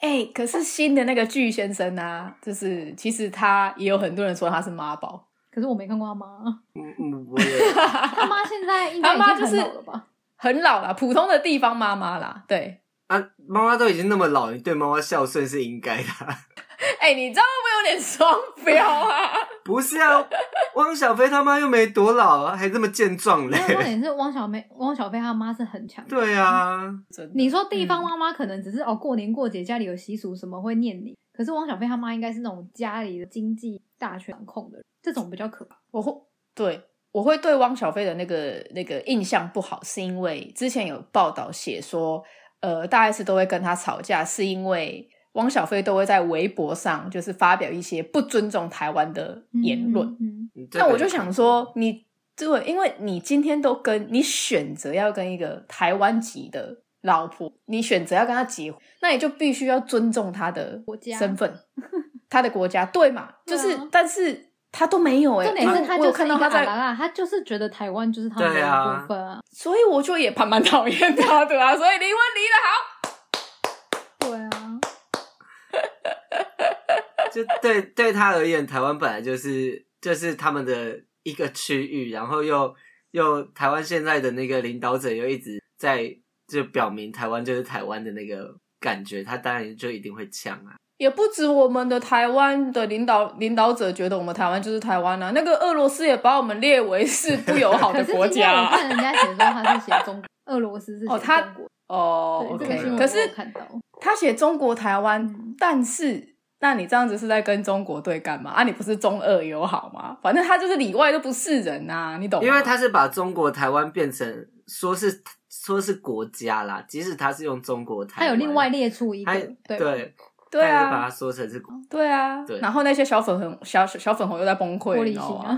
[SPEAKER 1] 哎、可是新的那个巨先生啊，就是其实他也有很多人说他是妈宝，
[SPEAKER 3] 可是我没看过他妈，
[SPEAKER 2] 嗯嗯，我也
[SPEAKER 3] 他妈现在应该
[SPEAKER 1] 他
[SPEAKER 3] 已
[SPEAKER 1] 妈就
[SPEAKER 3] 经很
[SPEAKER 1] 是
[SPEAKER 3] 老 了吧？
[SPEAKER 1] 很老啦，普通的地方妈妈啦。对，
[SPEAKER 2] 啊，妈妈都已经那么老，你对妈妈孝顺是应该的啊、
[SPEAKER 1] 哎、你这样会不会有点双标啊？
[SPEAKER 2] 不是啊，汪小菲他妈又没多老啊，还这么健壮
[SPEAKER 3] 没有重
[SPEAKER 2] 嘞。
[SPEAKER 3] 点是汪小妹、汪小菲他妈是很强。
[SPEAKER 2] 对啊，
[SPEAKER 1] 真的
[SPEAKER 3] 你说地方妈妈可能只是、哦，过年过节家里有习俗什么会念你，可是汪小菲他妈应该是那种家里的经济大权掌控的人，这种比较可怕。
[SPEAKER 1] 我会对我会对汪小菲的那个那个印象不好，是因为之前有报道写说，呃，大 S 都会跟他吵架，是因为汪小菲都会在微博上就是发表一些不尊重台湾的言论。
[SPEAKER 3] 嗯，
[SPEAKER 2] 你这
[SPEAKER 1] 那
[SPEAKER 2] 个
[SPEAKER 1] 我就想说，你对，因为你今天都跟你选择要跟一个台湾籍的老婆，你选择要跟她结婚，那你就必须要尊重她的
[SPEAKER 3] 国家
[SPEAKER 1] 身份，她的国家，对嘛？
[SPEAKER 3] 对
[SPEAKER 1] 就
[SPEAKER 3] 啊
[SPEAKER 1] 是，但是她都没有哎、欸，
[SPEAKER 3] 重点是
[SPEAKER 1] 因为
[SPEAKER 3] 他
[SPEAKER 1] 我有
[SPEAKER 3] 就是
[SPEAKER 1] 看
[SPEAKER 3] 一
[SPEAKER 1] 到
[SPEAKER 3] 个
[SPEAKER 1] 她
[SPEAKER 3] 阿
[SPEAKER 1] 在
[SPEAKER 3] 拉拉，他就是觉得台湾就是他们的
[SPEAKER 2] 对啊
[SPEAKER 3] 一部分啊。
[SPEAKER 1] 所以我就也蛮蛮讨厌他的啊，所以离婚离得好。
[SPEAKER 3] 对啊，
[SPEAKER 2] 就对对他而言，台湾本来就是就是他们的一个区域，然后又又台湾现在的那个领导者又一直在就表明台湾就是台湾的那个感觉，他当然就一定会呛啊。
[SPEAKER 1] 也不止我们的台湾的领导领导者觉得我们台湾就是台湾啊，那个俄罗斯也把我们列为是不友好
[SPEAKER 3] 可
[SPEAKER 1] 的
[SPEAKER 3] 是
[SPEAKER 1] 国
[SPEAKER 3] 今天
[SPEAKER 1] 家
[SPEAKER 3] 我
[SPEAKER 1] 啊、
[SPEAKER 3] 看人家写说他是写中国，俄罗斯是写
[SPEAKER 1] 哦他
[SPEAKER 3] 中国，
[SPEAKER 1] 哦
[SPEAKER 3] 对这个新
[SPEAKER 1] ，OK，可
[SPEAKER 3] 闻我有
[SPEAKER 1] 是
[SPEAKER 3] 看到，
[SPEAKER 1] 他写中国台湾，
[SPEAKER 3] 嗯
[SPEAKER 1] 但是那你这样子是在跟中国对干嘛啊？你不是中俄友好吗？反正他就是里外都不是人呐、啊，你懂
[SPEAKER 3] 哦
[SPEAKER 1] 吗？
[SPEAKER 2] 因为他是把中国台湾变成说是说是国家啦，即使他是用中国台
[SPEAKER 3] 他
[SPEAKER 2] 湾，
[SPEAKER 3] 有另外列出一个
[SPEAKER 2] 他，
[SPEAKER 3] 对哦吧
[SPEAKER 2] 对
[SPEAKER 1] 对
[SPEAKER 2] 他也是把
[SPEAKER 1] 啊
[SPEAKER 2] 它，说成是国
[SPEAKER 1] 对啊，
[SPEAKER 2] 对
[SPEAKER 1] 然后那些小粉红小小小粉红又在崩溃，
[SPEAKER 3] 玻
[SPEAKER 1] 你
[SPEAKER 3] 璃
[SPEAKER 1] 知道
[SPEAKER 3] 心
[SPEAKER 1] 吗？
[SPEAKER 3] 啊，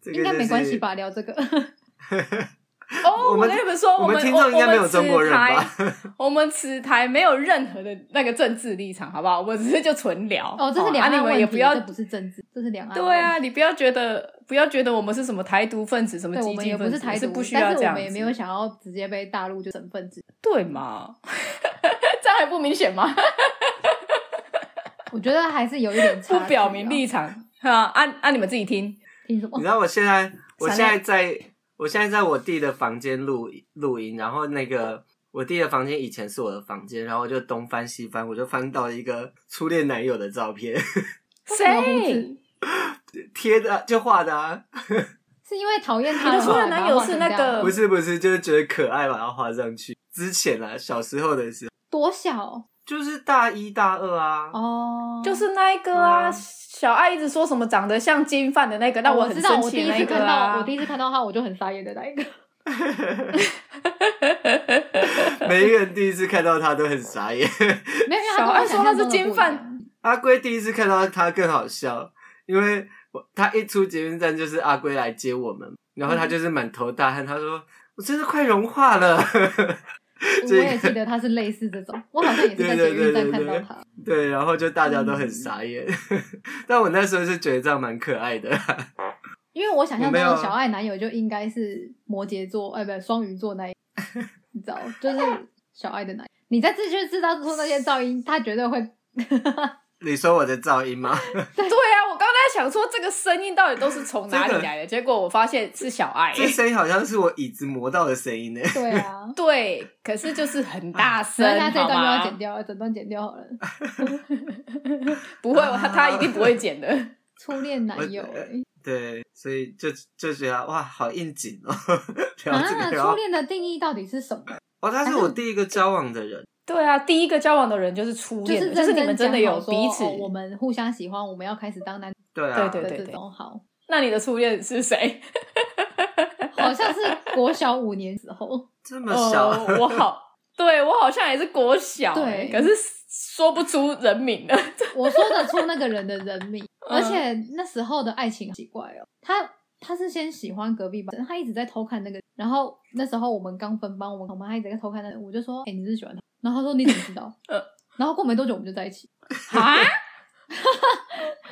[SPEAKER 2] 这个
[SPEAKER 3] 应该
[SPEAKER 2] 就
[SPEAKER 3] 没关
[SPEAKER 2] 是
[SPEAKER 3] 系？吧？聊这个，
[SPEAKER 1] 哦，
[SPEAKER 2] 我
[SPEAKER 1] 我
[SPEAKER 2] 们
[SPEAKER 1] 跟你们说，
[SPEAKER 2] 我
[SPEAKER 1] 们
[SPEAKER 2] 们听众应该没有中国人？
[SPEAKER 1] 我
[SPEAKER 2] 吧
[SPEAKER 1] 们此？台我们此台没有任何的那个政治立场，好不好？我们只是就纯聊。
[SPEAKER 3] 哦，这是
[SPEAKER 1] 啊，
[SPEAKER 3] 两岸
[SPEAKER 1] 你
[SPEAKER 3] 问
[SPEAKER 1] 们
[SPEAKER 3] 题，
[SPEAKER 1] 也不要
[SPEAKER 3] 这不是政治，这是两岸。
[SPEAKER 1] 对啊，，你不要觉得不要觉得我们是什么台独分子，什么
[SPEAKER 3] 对，我
[SPEAKER 1] 激
[SPEAKER 3] 们
[SPEAKER 1] 进
[SPEAKER 3] 也不
[SPEAKER 1] 分子，
[SPEAKER 3] 是台
[SPEAKER 1] 是
[SPEAKER 3] 独，
[SPEAKER 1] 不需
[SPEAKER 3] 但
[SPEAKER 1] 要
[SPEAKER 3] 是
[SPEAKER 1] 这
[SPEAKER 3] 我
[SPEAKER 1] 样
[SPEAKER 3] 们
[SPEAKER 1] 子。
[SPEAKER 3] 也没有想要直接被大陆就成分子。
[SPEAKER 1] 对嘛？ 这样还不明显吗？
[SPEAKER 3] 我觉得还是有一点差距
[SPEAKER 1] 不
[SPEAKER 3] 啊。
[SPEAKER 1] 表明立场啊，按按你们自己听。
[SPEAKER 3] 听什
[SPEAKER 2] 你
[SPEAKER 3] 么
[SPEAKER 2] 知？道我现在，我
[SPEAKER 1] 闪
[SPEAKER 2] 现
[SPEAKER 1] 亮
[SPEAKER 2] 在在，我现在在我弟的房间录录音，然后那个我弟的房间以前是我的房间，然后我就东翻西翻，我就翻到一个初恋男友的照片，
[SPEAKER 3] 什么胡
[SPEAKER 1] 谁
[SPEAKER 3] 子？
[SPEAKER 2] 贴的啊就画的啊，
[SPEAKER 3] 是因为讨厌他
[SPEAKER 1] 你的
[SPEAKER 3] 的
[SPEAKER 1] 初
[SPEAKER 3] 话
[SPEAKER 1] 恋男友
[SPEAKER 3] 把它画
[SPEAKER 1] 是
[SPEAKER 3] 成
[SPEAKER 1] 那
[SPEAKER 3] 这样
[SPEAKER 1] 个
[SPEAKER 2] 不是不是，就是觉得可爱，把它画上去。之前啊，小时候的时候，
[SPEAKER 3] 多小
[SPEAKER 2] 就是大一大二啊，
[SPEAKER 3] 哦，
[SPEAKER 1] 就是那一个啊，
[SPEAKER 2] 嗯
[SPEAKER 1] 小爱一直说什么长得像金范的那个，让
[SPEAKER 3] 哦我
[SPEAKER 1] 很
[SPEAKER 3] 知道，
[SPEAKER 1] 生
[SPEAKER 3] 我第
[SPEAKER 1] 气
[SPEAKER 3] 一
[SPEAKER 1] 的那
[SPEAKER 3] 次
[SPEAKER 1] 个
[SPEAKER 3] 看到，
[SPEAKER 1] 啊
[SPEAKER 3] 我。第一次看到他，我就很傻眼的那一个。
[SPEAKER 2] 每一个人第一次看到他都很傻眼。
[SPEAKER 3] 没有，因为
[SPEAKER 1] 小
[SPEAKER 3] 他
[SPEAKER 1] 爱
[SPEAKER 3] 跟我
[SPEAKER 1] 说
[SPEAKER 3] 想象
[SPEAKER 1] 他是
[SPEAKER 3] 中的
[SPEAKER 1] 金
[SPEAKER 3] 不一
[SPEAKER 1] 饭
[SPEAKER 3] 样
[SPEAKER 2] 阿龟第一次看到他更好笑，因为我他一出捷运站就是阿龟来接我们，然后他就是满头大汗，他说：“我真的快融化了。
[SPEAKER 3] 我
[SPEAKER 2] 这个
[SPEAKER 3] 也记得他是类似这种，我好像也是在捷运站看到他。”
[SPEAKER 2] 对，然后就大家都很傻眼。 但我那时候是觉得这样蛮可爱的。
[SPEAKER 3] 因为我想象
[SPEAKER 2] 我没
[SPEAKER 3] 中
[SPEAKER 2] 有
[SPEAKER 3] 的小爱男友就应该是摩羯座，哎，不，双鱼座那一，你知道，就是小爱的男友。你在这就知道说那些噪音，他绝对会。
[SPEAKER 2] 你说我的噪音吗？
[SPEAKER 1] 对啊，我刚才想说这个声音到底都是从哪里
[SPEAKER 2] 真的
[SPEAKER 1] 来的，结果我发现是小爱。
[SPEAKER 2] 这声音好像是我椅子磨到的声音呢。
[SPEAKER 3] 对 啊，
[SPEAKER 1] 对，可是就是很大声，
[SPEAKER 3] 所以他这段
[SPEAKER 1] 好
[SPEAKER 3] 又
[SPEAKER 1] 吗
[SPEAKER 3] 要剪掉了，整段剪掉好了。
[SPEAKER 1] 不会，他他一定 不会剪的。
[SPEAKER 3] 初恋男友、
[SPEAKER 2] 我
[SPEAKER 1] 呃
[SPEAKER 3] 哎
[SPEAKER 2] 对，所以就就觉得哇，好应景哦。 聊这个
[SPEAKER 3] 啊，初
[SPEAKER 2] 聊
[SPEAKER 3] 恋的定义到底是什么？
[SPEAKER 2] 哦，他是我第一个交往的人。
[SPEAKER 1] 对啊，第一个交往的人就是初
[SPEAKER 3] 就
[SPEAKER 1] 恋
[SPEAKER 3] 是
[SPEAKER 1] 了，就是你们真的有
[SPEAKER 3] 认真讲
[SPEAKER 1] 彼
[SPEAKER 3] 好
[SPEAKER 1] 此。
[SPEAKER 3] 说哦我们互相喜欢，我们要开始当男
[SPEAKER 2] 对啊，
[SPEAKER 1] 对
[SPEAKER 3] 的
[SPEAKER 1] 对
[SPEAKER 3] 这
[SPEAKER 1] 对
[SPEAKER 3] 种好，
[SPEAKER 1] 那你的初恋是谁？
[SPEAKER 3] 好像是国小五年时候，
[SPEAKER 2] 这么小，
[SPEAKER 1] 哦我好，对我好像也是国小、欸
[SPEAKER 3] 对
[SPEAKER 1] 可是说不出人名 了。
[SPEAKER 3] 我说得出那个人的 人名，
[SPEAKER 1] 嗯
[SPEAKER 3] 而且那时候的爱情好奇怪哦，他他是先喜欢隔壁班，他一直在偷看那个，然后那时候我们刚分班，我们我们还一直在偷看那个，我就说，哎、你是喜欢他？然后他说你怎么 知道？
[SPEAKER 2] 嗯
[SPEAKER 1] 呃
[SPEAKER 3] 然后过没多久我们就在一起，
[SPEAKER 1] 啊，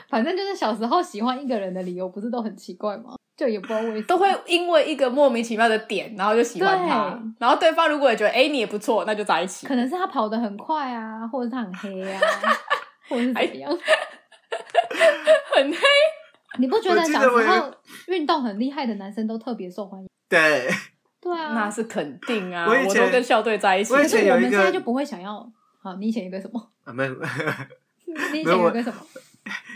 [SPEAKER 3] 反正就是小时候喜欢一个人的理由不是都很奇怪吗？就也不知道为什么
[SPEAKER 1] 都会因为一个莫名其妙的点，然后就喜欢他
[SPEAKER 3] 对，
[SPEAKER 1] 然后对方如果也觉得哎、诶你也不错，那就在一起
[SPEAKER 3] 可。能是他跑得很快啊，或者是他很黑啊，或者是怎么样。
[SPEAKER 2] 哎
[SPEAKER 1] 很黑，
[SPEAKER 3] 你不觉得
[SPEAKER 2] 我记
[SPEAKER 3] 小
[SPEAKER 2] 得
[SPEAKER 3] 时
[SPEAKER 2] 我有
[SPEAKER 3] 候运动很厉害的男生都特别受欢迎？
[SPEAKER 2] 对。
[SPEAKER 3] 对 啊，
[SPEAKER 1] 那是肯定啊！
[SPEAKER 2] 我以
[SPEAKER 1] 我
[SPEAKER 2] 前
[SPEAKER 1] 都跟校队在一起
[SPEAKER 2] 我
[SPEAKER 1] 了，
[SPEAKER 2] 以
[SPEAKER 3] 可是
[SPEAKER 2] 前
[SPEAKER 3] 我
[SPEAKER 2] 有一
[SPEAKER 3] 们现
[SPEAKER 2] 个
[SPEAKER 3] 在就不会想要。好，你以前有个什么？
[SPEAKER 2] 啊，没有。
[SPEAKER 3] 你
[SPEAKER 2] 没
[SPEAKER 3] 以前
[SPEAKER 2] 有
[SPEAKER 3] 有个什么？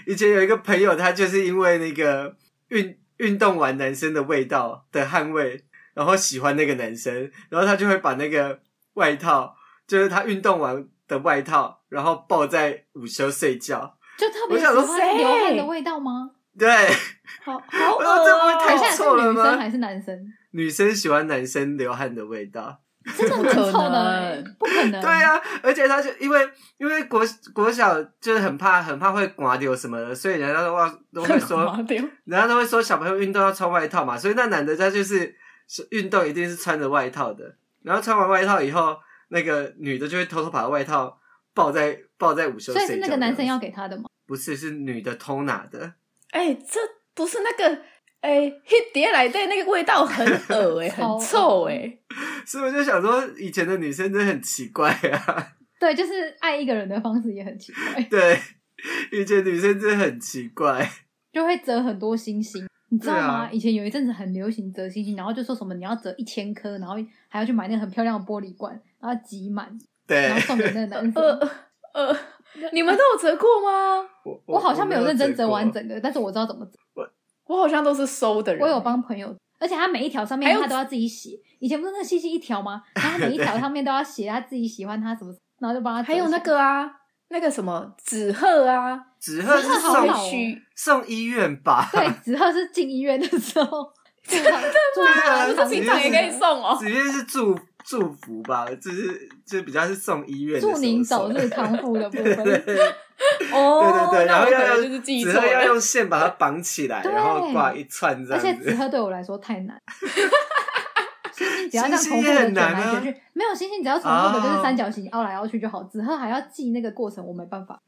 [SPEAKER 2] 以前有一个朋友，他就是因为那个运运动完男生的味道的汗味，然后喜欢那个男生，然后他就会把那个外套，就是他运动完的外套，然后抱在午休睡觉。
[SPEAKER 3] 就特别
[SPEAKER 2] 我
[SPEAKER 3] 喜
[SPEAKER 2] 想说
[SPEAKER 3] 欢流汗
[SPEAKER 1] 谁
[SPEAKER 3] 的味道吗？
[SPEAKER 2] 对，
[SPEAKER 3] 好好
[SPEAKER 2] 我
[SPEAKER 3] 恶
[SPEAKER 2] 说这不
[SPEAKER 1] 哦
[SPEAKER 2] 会
[SPEAKER 3] 等 一下
[SPEAKER 2] 太
[SPEAKER 3] 是
[SPEAKER 2] 臭了
[SPEAKER 3] 女生
[SPEAKER 2] 吗？
[SPEAKER 3] 还是男生？
[SPEAKER 2] 女生喜欢男生流汗的味道。
[SPEAKER 3] 真的蛮臭的欸，不可能。
[SPEAKER 2] 对啊，而且他就因为因为国国小就是很怕很怕会刮掉什么的，所以人家都会都 会说
[SPEAKER 1] 麻掉
[SPEAKER 2] 然后他会说小朋友运动要穿外套嘛，所以那男的他就是是运动一定是穿着外套的。然后穿完外套以后，那个女的就会偷偷把外套抱在抱在午休
[SPEAKER 3] 所
[SPEAKER 2] 睡
[SPEAKER 3] 以
[SPEAKER 2] 觉。
[SPEAKER 3] 是那个男生要给他的吗？
[SPEAKER 2] 不是是女的偷拿的，
[SPEAKER 1] 哎、这不是那个哎，一碟来的那个味道很恶哎、
[SPEAKER 3] 超恶
[SPEAKER 1] 很臭哎、
[SPEAKER 2] 所以我就想说以前的女生真的很奇怪啊，
[SPEAKER 3] 对，就是爱一个人的方式也很奇怪，
[SPEAKER 2] 对，以前女生真的很奇怪，
[SPEAKER 3] 就会折很多星星，你知道
[SPEAKER 2] 对啊
[SPEAKER 3] 吗？以前有一阵子很流行折星星，然后就说什么你要折一千颗，然后还要去买那个很漂亮的玻璃罐，然后挤满，然
[SPEAKER 2] 对
[SPEAKER 3] 后，送给那个 男生。
[SPEAKER 1] 呃呃， 你们都有折过吗？
[SPEAKER 2] 我
[SPEAKER 3] 我好像没有认真折完
[SPEAKER 2] 过，
[SPEAKER 3] 整个，但是我知道怎么折。
[SPEAKER 1] 我好像都是收的人，
[SPEAKER 3] 我有帮朋友，而且他每一条上
[SPEAKER 1] 还
[SPEAKER 3] 面
[SPEAKER 1] 有
[SPEAKER 3] 他都要自己写。以前不是那个细细一条吗？然后他每一条上面都要写他自己喜欢他什么，然后就帮他折起
[SPEAKER 1] 还
[SPEAKER 3] 来。
[SPEAKER 1] 有那个啊，那个什么纸鹤啊，
[SPEAKER 2] 纸鹤是
[SPEAKER 3] 纸鹤好老
[SPEAKER 2] 送
[SPEAKER 3] 哦
[SPEAKER 1] 虚，
[SPEAKER 2] 送医院吧？
[SPEAKER 3] 对，只要是进医院的时候，真的
[SPEAKER 2] 吗
[SPEAKER 1] 啊不是平常也可以送哦。
[SPEAKER 2] 直接是祝祝福吧，就是就比较是送医院的
[SPEAKER 3] 祝您
[SPEAKER 2] 手
[SPEAKER 3] 早
[SPEAKER 2] 术
[SPEAKER 3] 日康复的部
[SPEAKER 2] 对对
[SPEAKER 3] 分。
[SPEAKER 2] 对
[SPEAKER 1] 哦，
[SPEAKER 2] 对对，
[SPEAKER 1] 那
[SPEAKER 2] 然后
[SPEAKER 1] 我可
[SPEAKER 2] 要
[SPEAKER 1] 能
[SPEAKER 2] 用
[SPEAKER 1] 就是记
[SPEAKER 2] 纸
[SPEAKER 1] 错
[SPEAKER 2] 鹤要
[SPEAKER 1] 了。
[SPEAKER 2] 用线把它绑起来，
[SPEAKER 3] 对
[SPEAKER 2] 然后挂一串这
[SPEAKER 3] 而且
[SPEAKER 2] 样
[SPEAKER 3] 纸
[SPEAKER 2] 子。
[SPEAKER 3] 鹤对我来说太难。星星只要这样
[SPEAKER 2] 星
[SPEAKER 3] 重
[SPEAKER 2] 星
[SPEAKER 3] 复
[SPEAKER 2] 也
[SPEAKER 3] 的
[SPEAKER 2] 很
[SPEAKER 3] 卷
[SPEAKER 2] 难
[SPEAKER 3] 来
[SPEAKER 2] 啊
[SPEAKER 3] 卷去，没有星星只要重复的就是
[SPEAKER 2] 哦
[SPEAKER 3] 三角形凹来凹去就好。纸鹤还要记那个过程，我没办法。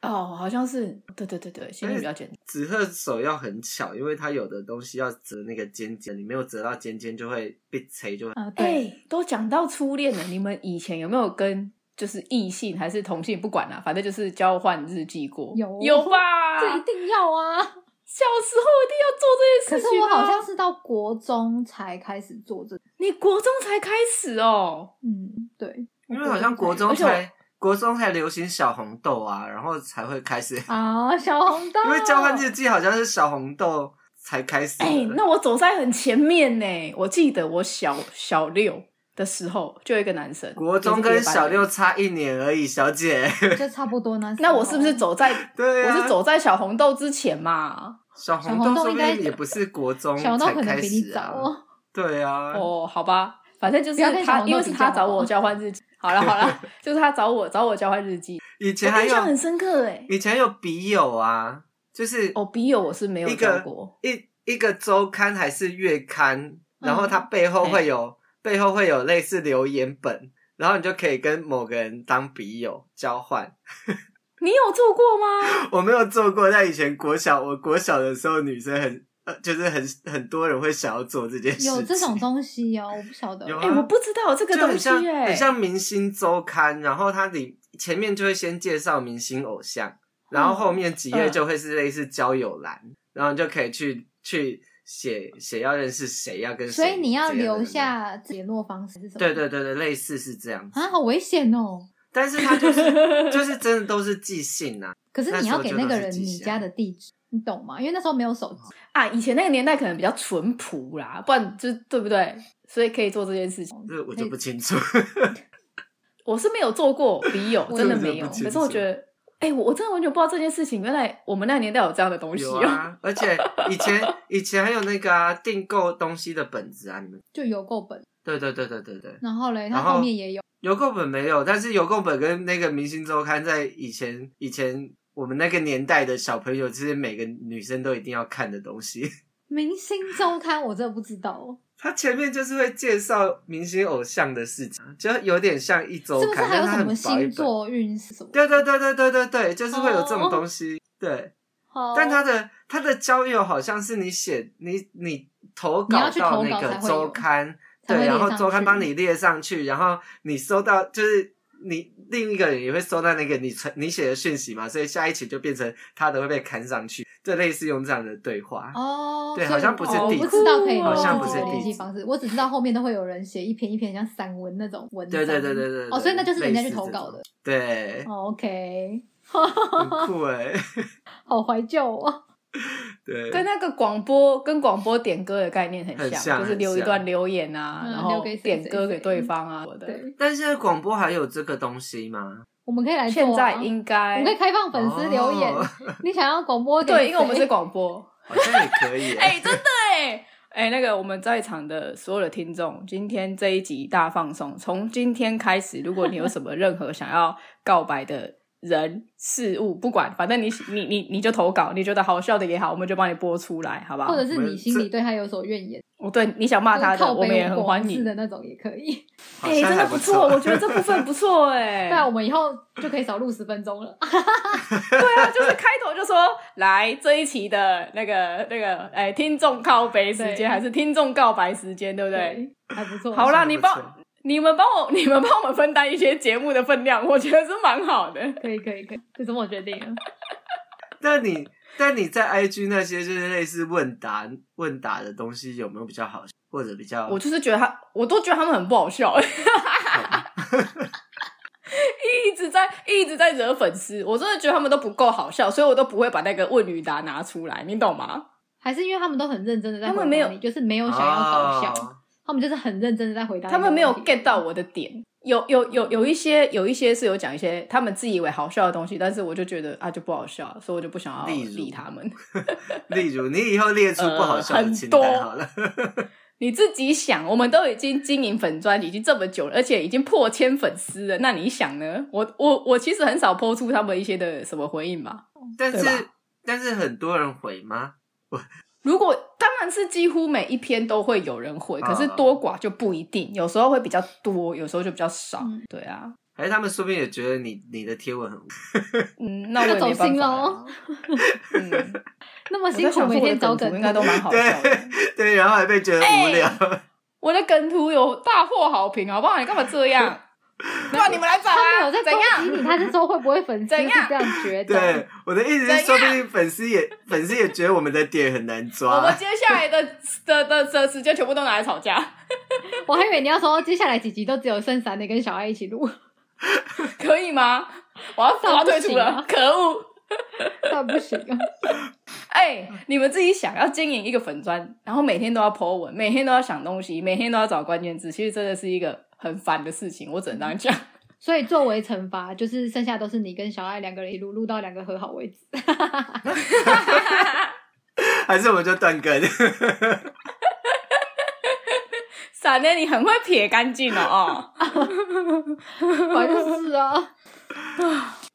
[SPEAKER 1] 哦，好像是，对对对对，
[SPEAKER 2] 哎
[SPEAKER 1] 心里比较简单。
[SPEAKER 2] 纸鹤手要很巧，因为它有的东西要折那个尖尖，你没有折到尖尖就会被锤，就会。
[SPEAKER 3] 啊，
[SPEAKER 1] 哎、
[SPEAKER 3] 对，
[SPEAKER 1] 都讲到初恋了，你们以前有没有跟就是异性还是同性不管啦、反正就是交换日记过？
[SPEAKER 3] 有
[SPEAKER 1] 有吧？
[SPEAKER 3] 这一定要啊。
[SPEAKER 1] 小时候一定要做这
[SPEAKER 3] 可
[SPEAKER 1] 件事
[SPEAKER 3] 是
[SPEAKER 1] 情、啊。
[SPEAKER 3] 我好像是到国中才开始做这，
[SPEAKER 1] 你国中才开始哦，
[SPEAKER 3] 嗯，对
[SPEAKER 2] 因为好像国中
[SPEAKER 1] 而且我
[SPEAKER 2] 才国中还流行小红
[SPEAKER 1] 哦
[SPEAKER 2] 豆啊，然后才会开始，
[SPEAKER 3] 啊，小红豆，
[SPEAKER 2] 因为交换日记好像是小红豆才开始的。
[SPEAKER 1] 哎、那我走在很前面呢。我记得我小小六的时候，就有一个男生，
[SPEAKER 2] 国中
[SPEAKER 1] 也
[SPEAKER 2] 跟
[SPEAKER 1] 是毕业班
[SPEAKER 2] 小
[SPEAKER 1] 的
[SPEAKER 2] 六差一年而已，小姐。
[SPEAKER 3] 就差不多呢。
[SPEAKER 1] 那我是不是走在？
[SPEAKER 2] 对啊，
[SPEAKER 1] 我是走在小红豆之前嘛？
[SPEAKER 2] 小红
[SPEAKER 3] 小红
[SPEAKER 2] 豆
[SPEAKER 3] 豆
[SPEAKER 2] 说不
[SPEAKER 3] 应该
[SPEAKER 2] 定也不是国中
[SPEAKER 3] 小豆
[SPEAKER 2] 才
[SPEAKER 3] 可能
[SPEAKER 2] 开
[SPEAKER 3] 比你
[SPEAKER 2] 始
[SPEAKER 3] 早
[SPEAKER 2] 啊。
[SPEAKER 3] 哦？
[SPEAKER 2] 对啊，
[SPEAKER 1] 哦，好吧，反正就是
[SPEAKER 3] 不要跟小
[SPEAKER 1] 他，
[SPEAKER 3] 红豆
[SPEAKER 1] 因为是
[SPEAKER 3] 比较
[SPEAKER 1] 他找我交换日记。好了好 了，就是他找我找我交换日记，
[SPEAKER 2] 以前
[SPEAKER 1] 我
[SPEAKER 2] 还
[SPEAKER 1] 印象
[SPEAKER 2] 有
[SPEAKER 1] 很深刻哎。
[SPEAKER 2] 以前有笔友啊，就是
[SPEAKER 1] 哦，笔友我是没有
[SPEAKER 2] 一
[SPEAKER 1] 交
[SPEAKER 2] 个
[SPEAKER 1] 过，
[SPEAKER 2] 一一个周刊还是月
[SPEAKER 1] 嗯
[SPEAKER 2] 刊，然后它背后
[SPEAKER 1] 哎
[SPEAKER 2] 会有、背后会有类似留言本，然后你就可以跟某个人当笔友交换。
[SPEAKER 1] 你有做过吗？
[SPEAKER 2] 我没有做过，但以前国小我国小的时候，女生很呃，就是很很多人会想要做这件事情。
[SPEAKER 3] 有这种东西哦，我不晓得。
[SPEAKER 2] 有啊
[SPEAKER 1] 哎，我不知道这个
[SPEAKER 2] 就
[SPEAKER 1] 东
[SPEAKER 2] 很
[SPEAKER 1] 西
[SPEAKER 2] 像
[SPEAKER 1] 哎
[SPEAKER 2] 很。 像明星周刊，然后它里前面就会先介绍明星偶像，然
[SPEAKER 3] 嗯
[SPEAKER 2] 后后面几页就会是类似交友栏，然后你就可以去去写写要认识谁，要跟谁，
[SPEAKER 3] 所以你要
[SPEAKER 2] 怎样
[SPEAKER 3] 留。下联络方式是什
[SPEAKER 2] 怎
[SPEAKER 3] 么？
[SPEAKER 2] 样对对对对，类似是这样子，
[SPEAKER 3] 啊，好危险哦！
[SPEAKER 2] 但是它就是 就是真的都是寄信啊，
[SPEAKER 3] 可是你要给那个人
[SPEAKER 2] 那时候就都是
[SPEAKER 3] 你
[SPEAKER 2] 寄箱
[SPEAKER 3] 家的地址，你懂吗？因为那时候没有
[SPEAKER 2] 哦
[SPEAKER 3] 手机，
[SPEAKER 1] 啊，以前那个年代可能比较淳朴啦，不然就是对不对？所以可以做这件事情。
[SPEAKER 2] 这我就不清楚。
[SPEAKER 1] 我是没有做过笔友，
[SPEAKER 3] 我
[SPEAKER 1] 真的
[SPEAKER 2] 真的
[SPEAKER 1] 没有。
[SPEAKER 2] 不清
[SPEAKER 1] 可是我
[SPEAKER 2] 楚
[SPEAKER 1] 觉得，哎、我我真的完全不知道这件事情，原来我们那个年代有这样的东西
[SPEAKER 2] 有
[SPEAKER 1] 哦、
[SPEAKER 2] 啊，而且以前以前还有那个啊订购东西的本子啊，你们
[SPEAKER 3] 就邮购本。
[SPEAKER 2] 对对对对对对。
[SPEAKER 3] 然后嘞，
[SPEAKER 2] 然
[SPEAKER 3] 它
[SPEAKER 2] 后
[SPEAKER 3] 后面也有，
[SPEAKER 2] 邮购本没有，但是邮购本跟那个《明星周刊》在以前以前我们那个年代的小朋友，就是每个女生都一定要看的东西。
[SPEAKER 3] 《明星周刊》，我真的不知道哦，
[SPEAKER 2] 它前面就是会介绍明星偶像的事情，就有点像一周
[SPEAKER 3] 是不是
[SPEAKER 2] 刊，
[SPEAKER 3] 还
[SPEAKER 2] 但
[SPEAKER 3] 有
[SPEAKER 2] 是它
[SPEAKER 3] 什
[SPEAKER 2] 很
[SPEAKER 3] 么
[SPEAKER 2] 薄一
[SPEAKER 3] 星
[SPEAKER 2] 本。
[SPEAKER 3] 座运势什么？
[SPEAKER 2] 对对对对对对对，就是会有这种东
[SPEAKER 3] 哦
[SPEAKER 2] 西。对，
[SPEAKER 3] 好，
[SPEAKER 2] 但它的它的交友好像是你写你你投
[SPEAKER 3] 你
[SPEAKER 2] 稿
[SPEAKER 3] 要去
[SPEAKER 2] 到
[SPEAKER 3] 投
[SPEAKER 2] 那
[SPEAKER 3] 稿
[SPEAKER 2] 个
[SPEAKER 3] 才会有
[SPEAKER 2] 周刊，
[SPEAKER 3] 才
[SPEAKER 2] 对，
[SPEAKER 3] 会
[SPEAKER 2] 然后
[SPEAKER 3] 列上
[SPEAKER 2] 周刊
[SPEAKER 3] 去
[SPEAKER 2] 帮你列上去，然后你收到就是你另一个人也会收到那个你传你写的讯息嘛，所以下一期就变成他的会被刊上去，就类似用这样的对话。
[SPEAKER 3] 哦，
[SPEAKER 2] 对
[SPEAKER 3] 所以
[SPEAKER 2] 好像不是
[SPEAKER 3] 我
[SPEAKER 2] 地址
[SPEAKER 3] 不知道可以
[SPEAKER 1] 好像不
[SPEAKER 3] 留
[SPEAKER 1] 是
[SPEAKER 3] 自己
[SPEAKER 1] 地
[SPEAKER 3] 的
[SPEAKER 1] 址
[SPEAKER 3] 联系方式，我只知道后面都会有人写一篇一篇像散文那种文章。
[SPEAKER 2] 对对对对对，
[SPEAKER 3] 哦，所以那就是人家去投
[SPEAKER 2] 类似这种
[SPEAKER 3] 稿的。。
[SPEAKER 2] 对，
[SPEAKER 3] 哦 OK，
[SPEAKER 2] 很 酷哎，
[SPEAKER 3] 好怀旧哦。
[SPEAKER 2] 对，
[SPEAKER 1] 跟那个广播跟广播点歌的概念很
[SPEAKER 2] 很
[SPEAKER 1] 像，
[SPEAKER 2] 像
[SPEAKER 1] 就是
[SPEAKER 2] 很
[SPEAKER 1] 留一
[SPEAKER 2] 像
[SPEAKER 1] 段留言啊，
[SPEAKER 3] 嗯
[SPEAKER 1] 然
[SPEAKER 3] 留
[SPEAKER 1] 后
[SPEAKER 3] 给谁
[SPEAKER 1] 点
[SPEAKER 3] 谁
[SPEAKER 1] 歌
[SPEAKER 3] 谁嗯
[SPEAKER 1] 给对方啊，我的。
[SPEAKER 3] 对，
[SPEAKER 2] 但现在广播还有这个东西吗？
[SPEAKER 3] 我们可以来做啊。
[SPEAKER 1] 现在
[SPEAKER 3] 我
[SPEAKER 1] 应该
[SPEAKER 3] 们可以开放粉丝留言
[SPEAKER 2] 哦，
[SPEAKER 3] 你想要 广播给
[SPEAKER 1] 对，因为我们
[SPEAKER 3] 谁
[SPEAKER 1] 是广播。
[SPEAKER 2] 好像也可 以 欸
[SPEAKER 1] 哎、真的哎、哎、那个我们在场的所有的听众，今天这一集大放送，从今天开始，如果你有什么任何想要告白的人事物，不管，反正你你你你就投稿，你觉得好笑的也好，我们就帮你播出来，好不好
[SPEAKER 3] 或？者是
[SPEAKER 2] 我们
[SPEAKER 3] 你心
[SPEAKER 2] 这
[SPEAKER 3] 里对他有所怨言，
[SPEAKER 1] 我对你想骂他
[SPEAKER 3] 就是
[SPEAKER 1] 的，
[SPEAKER 3] 靠
[SPEAKER 1] 我
[SPEAKER 3] 北
[SPEAKER 1] 们也很欢
[SPEAKER 3] 我们
[SPEAKER 1] 迎
[SPEAKER 3] 的。那种也可 以。
[SPEAKER 2] 好
[SPEAKER 1] 哎、
[SPEAKER 2] 像
[SPEAKER 1] 真的
[SPEAKER 2] 还不
[SPEAKER 1] 错，我觉得这部分不错哎、
[SPEAKER 3] 对啊，我们以后就可以少录十分钟了。
[SPEAKER 1] 对啊，就是开头就说来这一期的那个那个哎、听众靠北时
[SPEAKER 3] 对
[SPEAKER 1] 间还是听众告白时间，对不对？，
[SPEAKER 3] 还不错。
[SPEAKER 1] 好啦，
[SPEAKER 2] 像
[SPEAKER 1] 你
[SPEAKER 2] 不
[SPEAKER 1] 帮
[SPEAKER 2] 错
[SPEAKER 1] 你们帮我， 你们帮我们分担一些节目的分量，我觉得是蛮好的。
[SPEAKER 3] 可以可以可以，这是我决定了。
[SPEAKER 2] 但你但你在 IG 那些就是类似问答问答的东西有没有比较好，或者比较
[SPEAKER 1] 我就是觉得他，我都觉得他们很不好笑，一直在一直在惹粉丝，我真的觉得他们都不够好笑，所以我都不会把那个问与答拿出来，你懂吗？
[SPEAKER 3] 还是因为他们都很认真的在回答你，
[SPEAKER 1] 他们没有
[SPEAKER 3] 就是没有想要搞笑，
[SPEAKER 2] 哦
[SPEAKER 3] 他们就是很认真的在回答你的
[SPEAKER 1] 他
[SPEAKER 3] 问题。
[SPEAKER 1] 们没有 get 到我的点。有有有有一些有一些是有讲一些他们自以为好笑的东西，但是我就觉得啊就不好笑，所以我就不想要
[SPEAKER 2] 例如
[SPEAKER 1] 理他们。
[SPEAKER 2] 例如，你以后列出不好笑
[SPEAKER 1] 呃
[SPEAKER 2] 的清单 好了。
[SPEAKER 1] 你自己想，我们都已经经营粉专已经这么久了，而且已经破千粉丝了，那你想呢？我我我其实很少抛出他们一些的什么回应吧。
[SPEAKER 2] 但
[SPEAKER 1] 对
[SPEAKER 2] 是但是很多人回吗？
[SPEAKER 1] 如果当然是几乎每一篇都会有人回，
[SPEAKER 2] 啊
[SPEAKER 1] 可是多寡就不一定，有时候会比较多，有时候就比较少。
[SPEAKER 3] 嗯
[SPEAKER 1] 对啊，
[SPEAKER 2] 还是他们说不定也觉得你你的贴文很无
[SPEAKER 1] 嗯，那我也没
[SPEAKER 3] 走
[SPEAKER 1] 办
[SPEAKER 3] 心
[SPEAKER 1] 法
[SPEAKER 3] 喽
[SPEAKER 1] 啊。嗯，
[SPEAKER 3] 那么
[SPEAKER 1] 我
[SPEAKER 3] 辛
[SPEAKER 1] 在
[SPEAKER 3] 苦，
[SPEAKER 1] 想说我
[SPEAKER 3] 每
[SPEAKER 1] 的
[SPEAKER 3] 天找
[SPEAKER 1] 梗
[SPEAKER 3] 梗
[SPEAKER 1] 图应该都蛮好笑的。
[SPEAKER 2] 对 对，然后还被觉得
[SPEAKER 1] 哎
[SPEAKER 2] 无聊。
[SPEAKER 1] 我的梗图有大获好评，啊好不好？你干嘛这样？ 不然你们来找啊？
[SPEAKER 3] 他没有在
[SPEAKER 1] 怎样？
[SPEAKER 3] 攻击你，他是说会不会粉丝
[SPEAKER 1] 怎
[SPEAKER 3] 是
[SPEAKER 1] 样
[SPEAKER 3] 这样觉得
[SPEAKER 2] 对？，我的意思是，说不定粉丝也粉丝也觉得我们的点很难
[SPEAKER 1] 我
[SPEAKER 3] 啊
[SPEAKER 1] 们
[SPEAKER 2] 抓。
[SPEAKER 1] 接下来的 的的的时间全部都拿来吵架，
[SPEAKER 3] 我还以为你要说接下来几集都只有剩三的跟小爱一起录，
[SPEAKER 1] 可以吗？我要我
[SPEAKER 3] 这样
[SPEAKER 1] 要
[SPEAKER 3] 不
[SPEAKER 1] 退
[SPEAKER 3] 行
[SPEAKER 1] 出
[SPEAKER 3] 啊
[SPEAKER 1] 了，可恶！
[SPEAKER 3] 但不行啊。
[SPEAKER 1] 哎、你们自己想要经营一个粉砖，然后每天都要 po 文，每天都要想东西，每天都要找关键字，其实真的是一个很烦的事情。我只能这样 讲。
[SPEAKER 3] 所以作为惩罚，就是剩下都是你跟小爱两个人一路录到两个和好 为止。
[SPEAKER 2] 还是我们就断更？
[SPEAKER 1] 闪电，你很会撇干净了哦。
[SPEAKER 3] 反正是啊，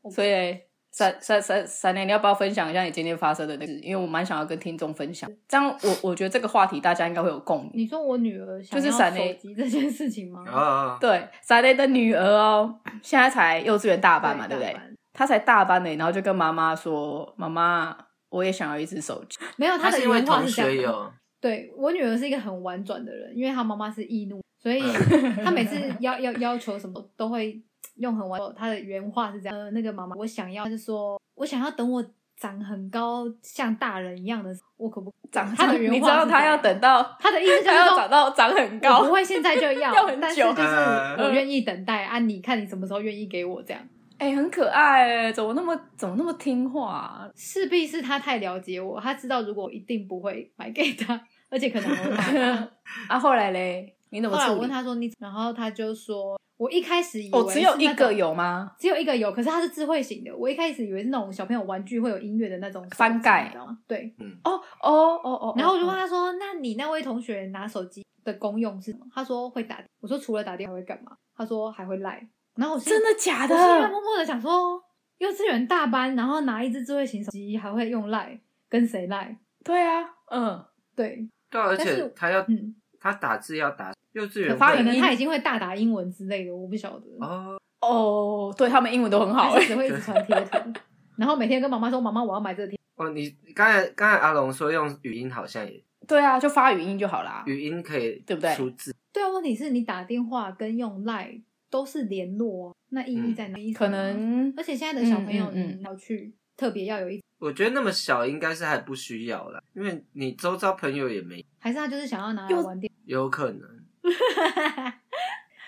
[SPEAKER 1] 哦 所以闪闪闪闪电，你要不要分享一下你今天发生的那个事？因为我蛮想要跟听众分享，这样我我觉得这个话题大家应该会有共鸣。
[SPEAKER 3] 你说我女儿想
[SPEAKER 1] 就是
[SPEAKER 3] 要
[SPEAKER 1] 闪
[SPEAKER 3] 手
[SPEAKER 1] 雷
[SPEAKER 3] 机这件事情吗？
[SPEAKER 2] 啊，
[SPEAKER 1] 对，闪电的女儿哦，现在才幼稚园大班嘛，对
[SPEAKER 3] 对
[SPEAKER 1] 不对
[SPEAKER 3] 大？班
[SPEAKER 1] 她才大班呢，然后就跟妈妈说：“妈妈，我也想要一只手机。
[SPEAKER 3] 没有，
[SPEAKER 2] 他
[SPEAKER 3] 的
[SPEAKER 2] 是因为
[SPEAKER 3] 原话
[SPEAKER 2] 同
[SPEAKER 3] 是这
[SPEAKER 2] 学
[SPEAKER 3] 样的。
[SPEAKER 2] 有，
[SPEAKER 3] 对我女儿是一个很婉转的人，因为她妈妈是易怒，所以
[SPEAKER 1] 嗯
[SPEAKER 3] 她每次要要要求什么都会用很婉。她的原话是这样：呃，那个妈妈，我想要就是说我想要等我长很高，像大人一样的，我可不？”
[SPEAKER 1] 长
[SPEAKER 3] 她的原话
[SPEAKER 1] 你知道
[SPEAKER 3] 是
[SPEAKER 1] 她
[SPEAKER 3] 这样
[SPEAKER 1] 要等到
[SPEAKER 3] 她的意思就
[SPEAKER 1] 她
[SPEAKER 3] 是
[SPEAKER 1] 要
[SPEAKER 3] 说
[SPEAKER 1] 长到长很高
[SPEAKER 3] 我不，会 现在就要，
[SPEAKER 1] 要很久
[SPEAKER 3] 但是就是
[SPEAKER 2] 嗯
[SPEAKER 3] 我愿意等待啊，你看你什么时候愿意给我这样。
[SPEAKER 1] 哎、很可爱哎，怎么那么怎么那么听话啊、
[SPEAKER 3] 势必是他太了解我，他知道如果我一定不会买给他，而且可能我会买他。
[SPEAKER 1] 啊？后来嘞，你怎么
[SPEAKER 3] 后来
[SPEAKER 1] 处
[SPEAKER 3] 我
[SPEAKER 1] 理？
[SPEAKER 3] 问他说你，然后他就说，我一开始以为
[SPEAKER 1] 哦，只有
[SPEAKER 3] 是那
[SPEAKER 1] 一个
[SPEAKER 3] 种，
[SPEAKER 1] 有吗？
[SPEAKER 3] 只有一个有，可是它是智慧型的。我一开始以为是那种小朋友玩具会有音乐的那种手机
[SPEAKER 1] 翻盖
[SPEAKER 3] 你知道吗？对。
[SPEAKER 1] 哦哦哦哦，
[SPEAKER 3] 然后我就问
[SPEAKER 1] 哦
[SPEAKER 3] 他说，那你那位同学拿手机的功用是什么？他说会打。我说除了打电话会干嘛？他说还会赖。然后我心
[SPEAKER 1] 真的假的
[SPEAKER 3] 我？心里面默默的想说，幼稚园大班，然后拿一只智慧型手机，还会用赖，跟谁赖？
[SPEAKER 1] 对啊，嗯，
[SPEAKER 3] 对，
[SPEAKER 2] 对啊，而
[SPEAKER 3] 但是
[SPEAKER 2] 且他要
[SPEAKER 3] 嗯，
[SPEAKER 2] 他打字要打幼稚园
[SPEAKER 1] 发语
[SPEAKER 3] 可
[SPEAKER 2] 会
[SPEAKER 1] 音
[SPEAKER 3] 能他已经会大打英文之类的，我不晓得。
[SPEAKER 2] 哦，
[SPEAKER 1] 哦，对他们英文都很好
[SPEAKER 3] 但
[SPEAKER 2] 欸
[SPEAKER 1] 哎
[SPEAKER 3] 是，只会一直传贴图，然后每天跟妈妈说：“妈妈，我要买这个贴。
[SPEAKER 2] 哦，你刚才刚才阿龙说用语音好像也
[SPEAKER 1] 对啊，就发语音就好啦。
[SPEAKER 2] 语音可以
[SPEAKER 1] 对不对
[SPEAKER 2] 出字，”
[SPEAKER 3] 对啊，问题是你打电话跟用 Line 都是联络啊，那意
[SPEAKER 2] 嗯
[SPEAKER 3] 义在哪？意义在
[SPEAKER 1] 可
[SPEAKER 3] 哪，
[SPEAKER 1] 能
[SPEAKER 3] 而且现在的小朋友，
[SPEAKER 1] 嗯嗯嗯
[SPEAKER 3] 你要去特别要有一，
[SPEAKER 2] 我觉得那么小应该是还不需要啦，因为你周遭朋友也没，
[SPEAKER 3] 还是他就是想要拿 来玩电。
[SPEAKER 2] 有可能。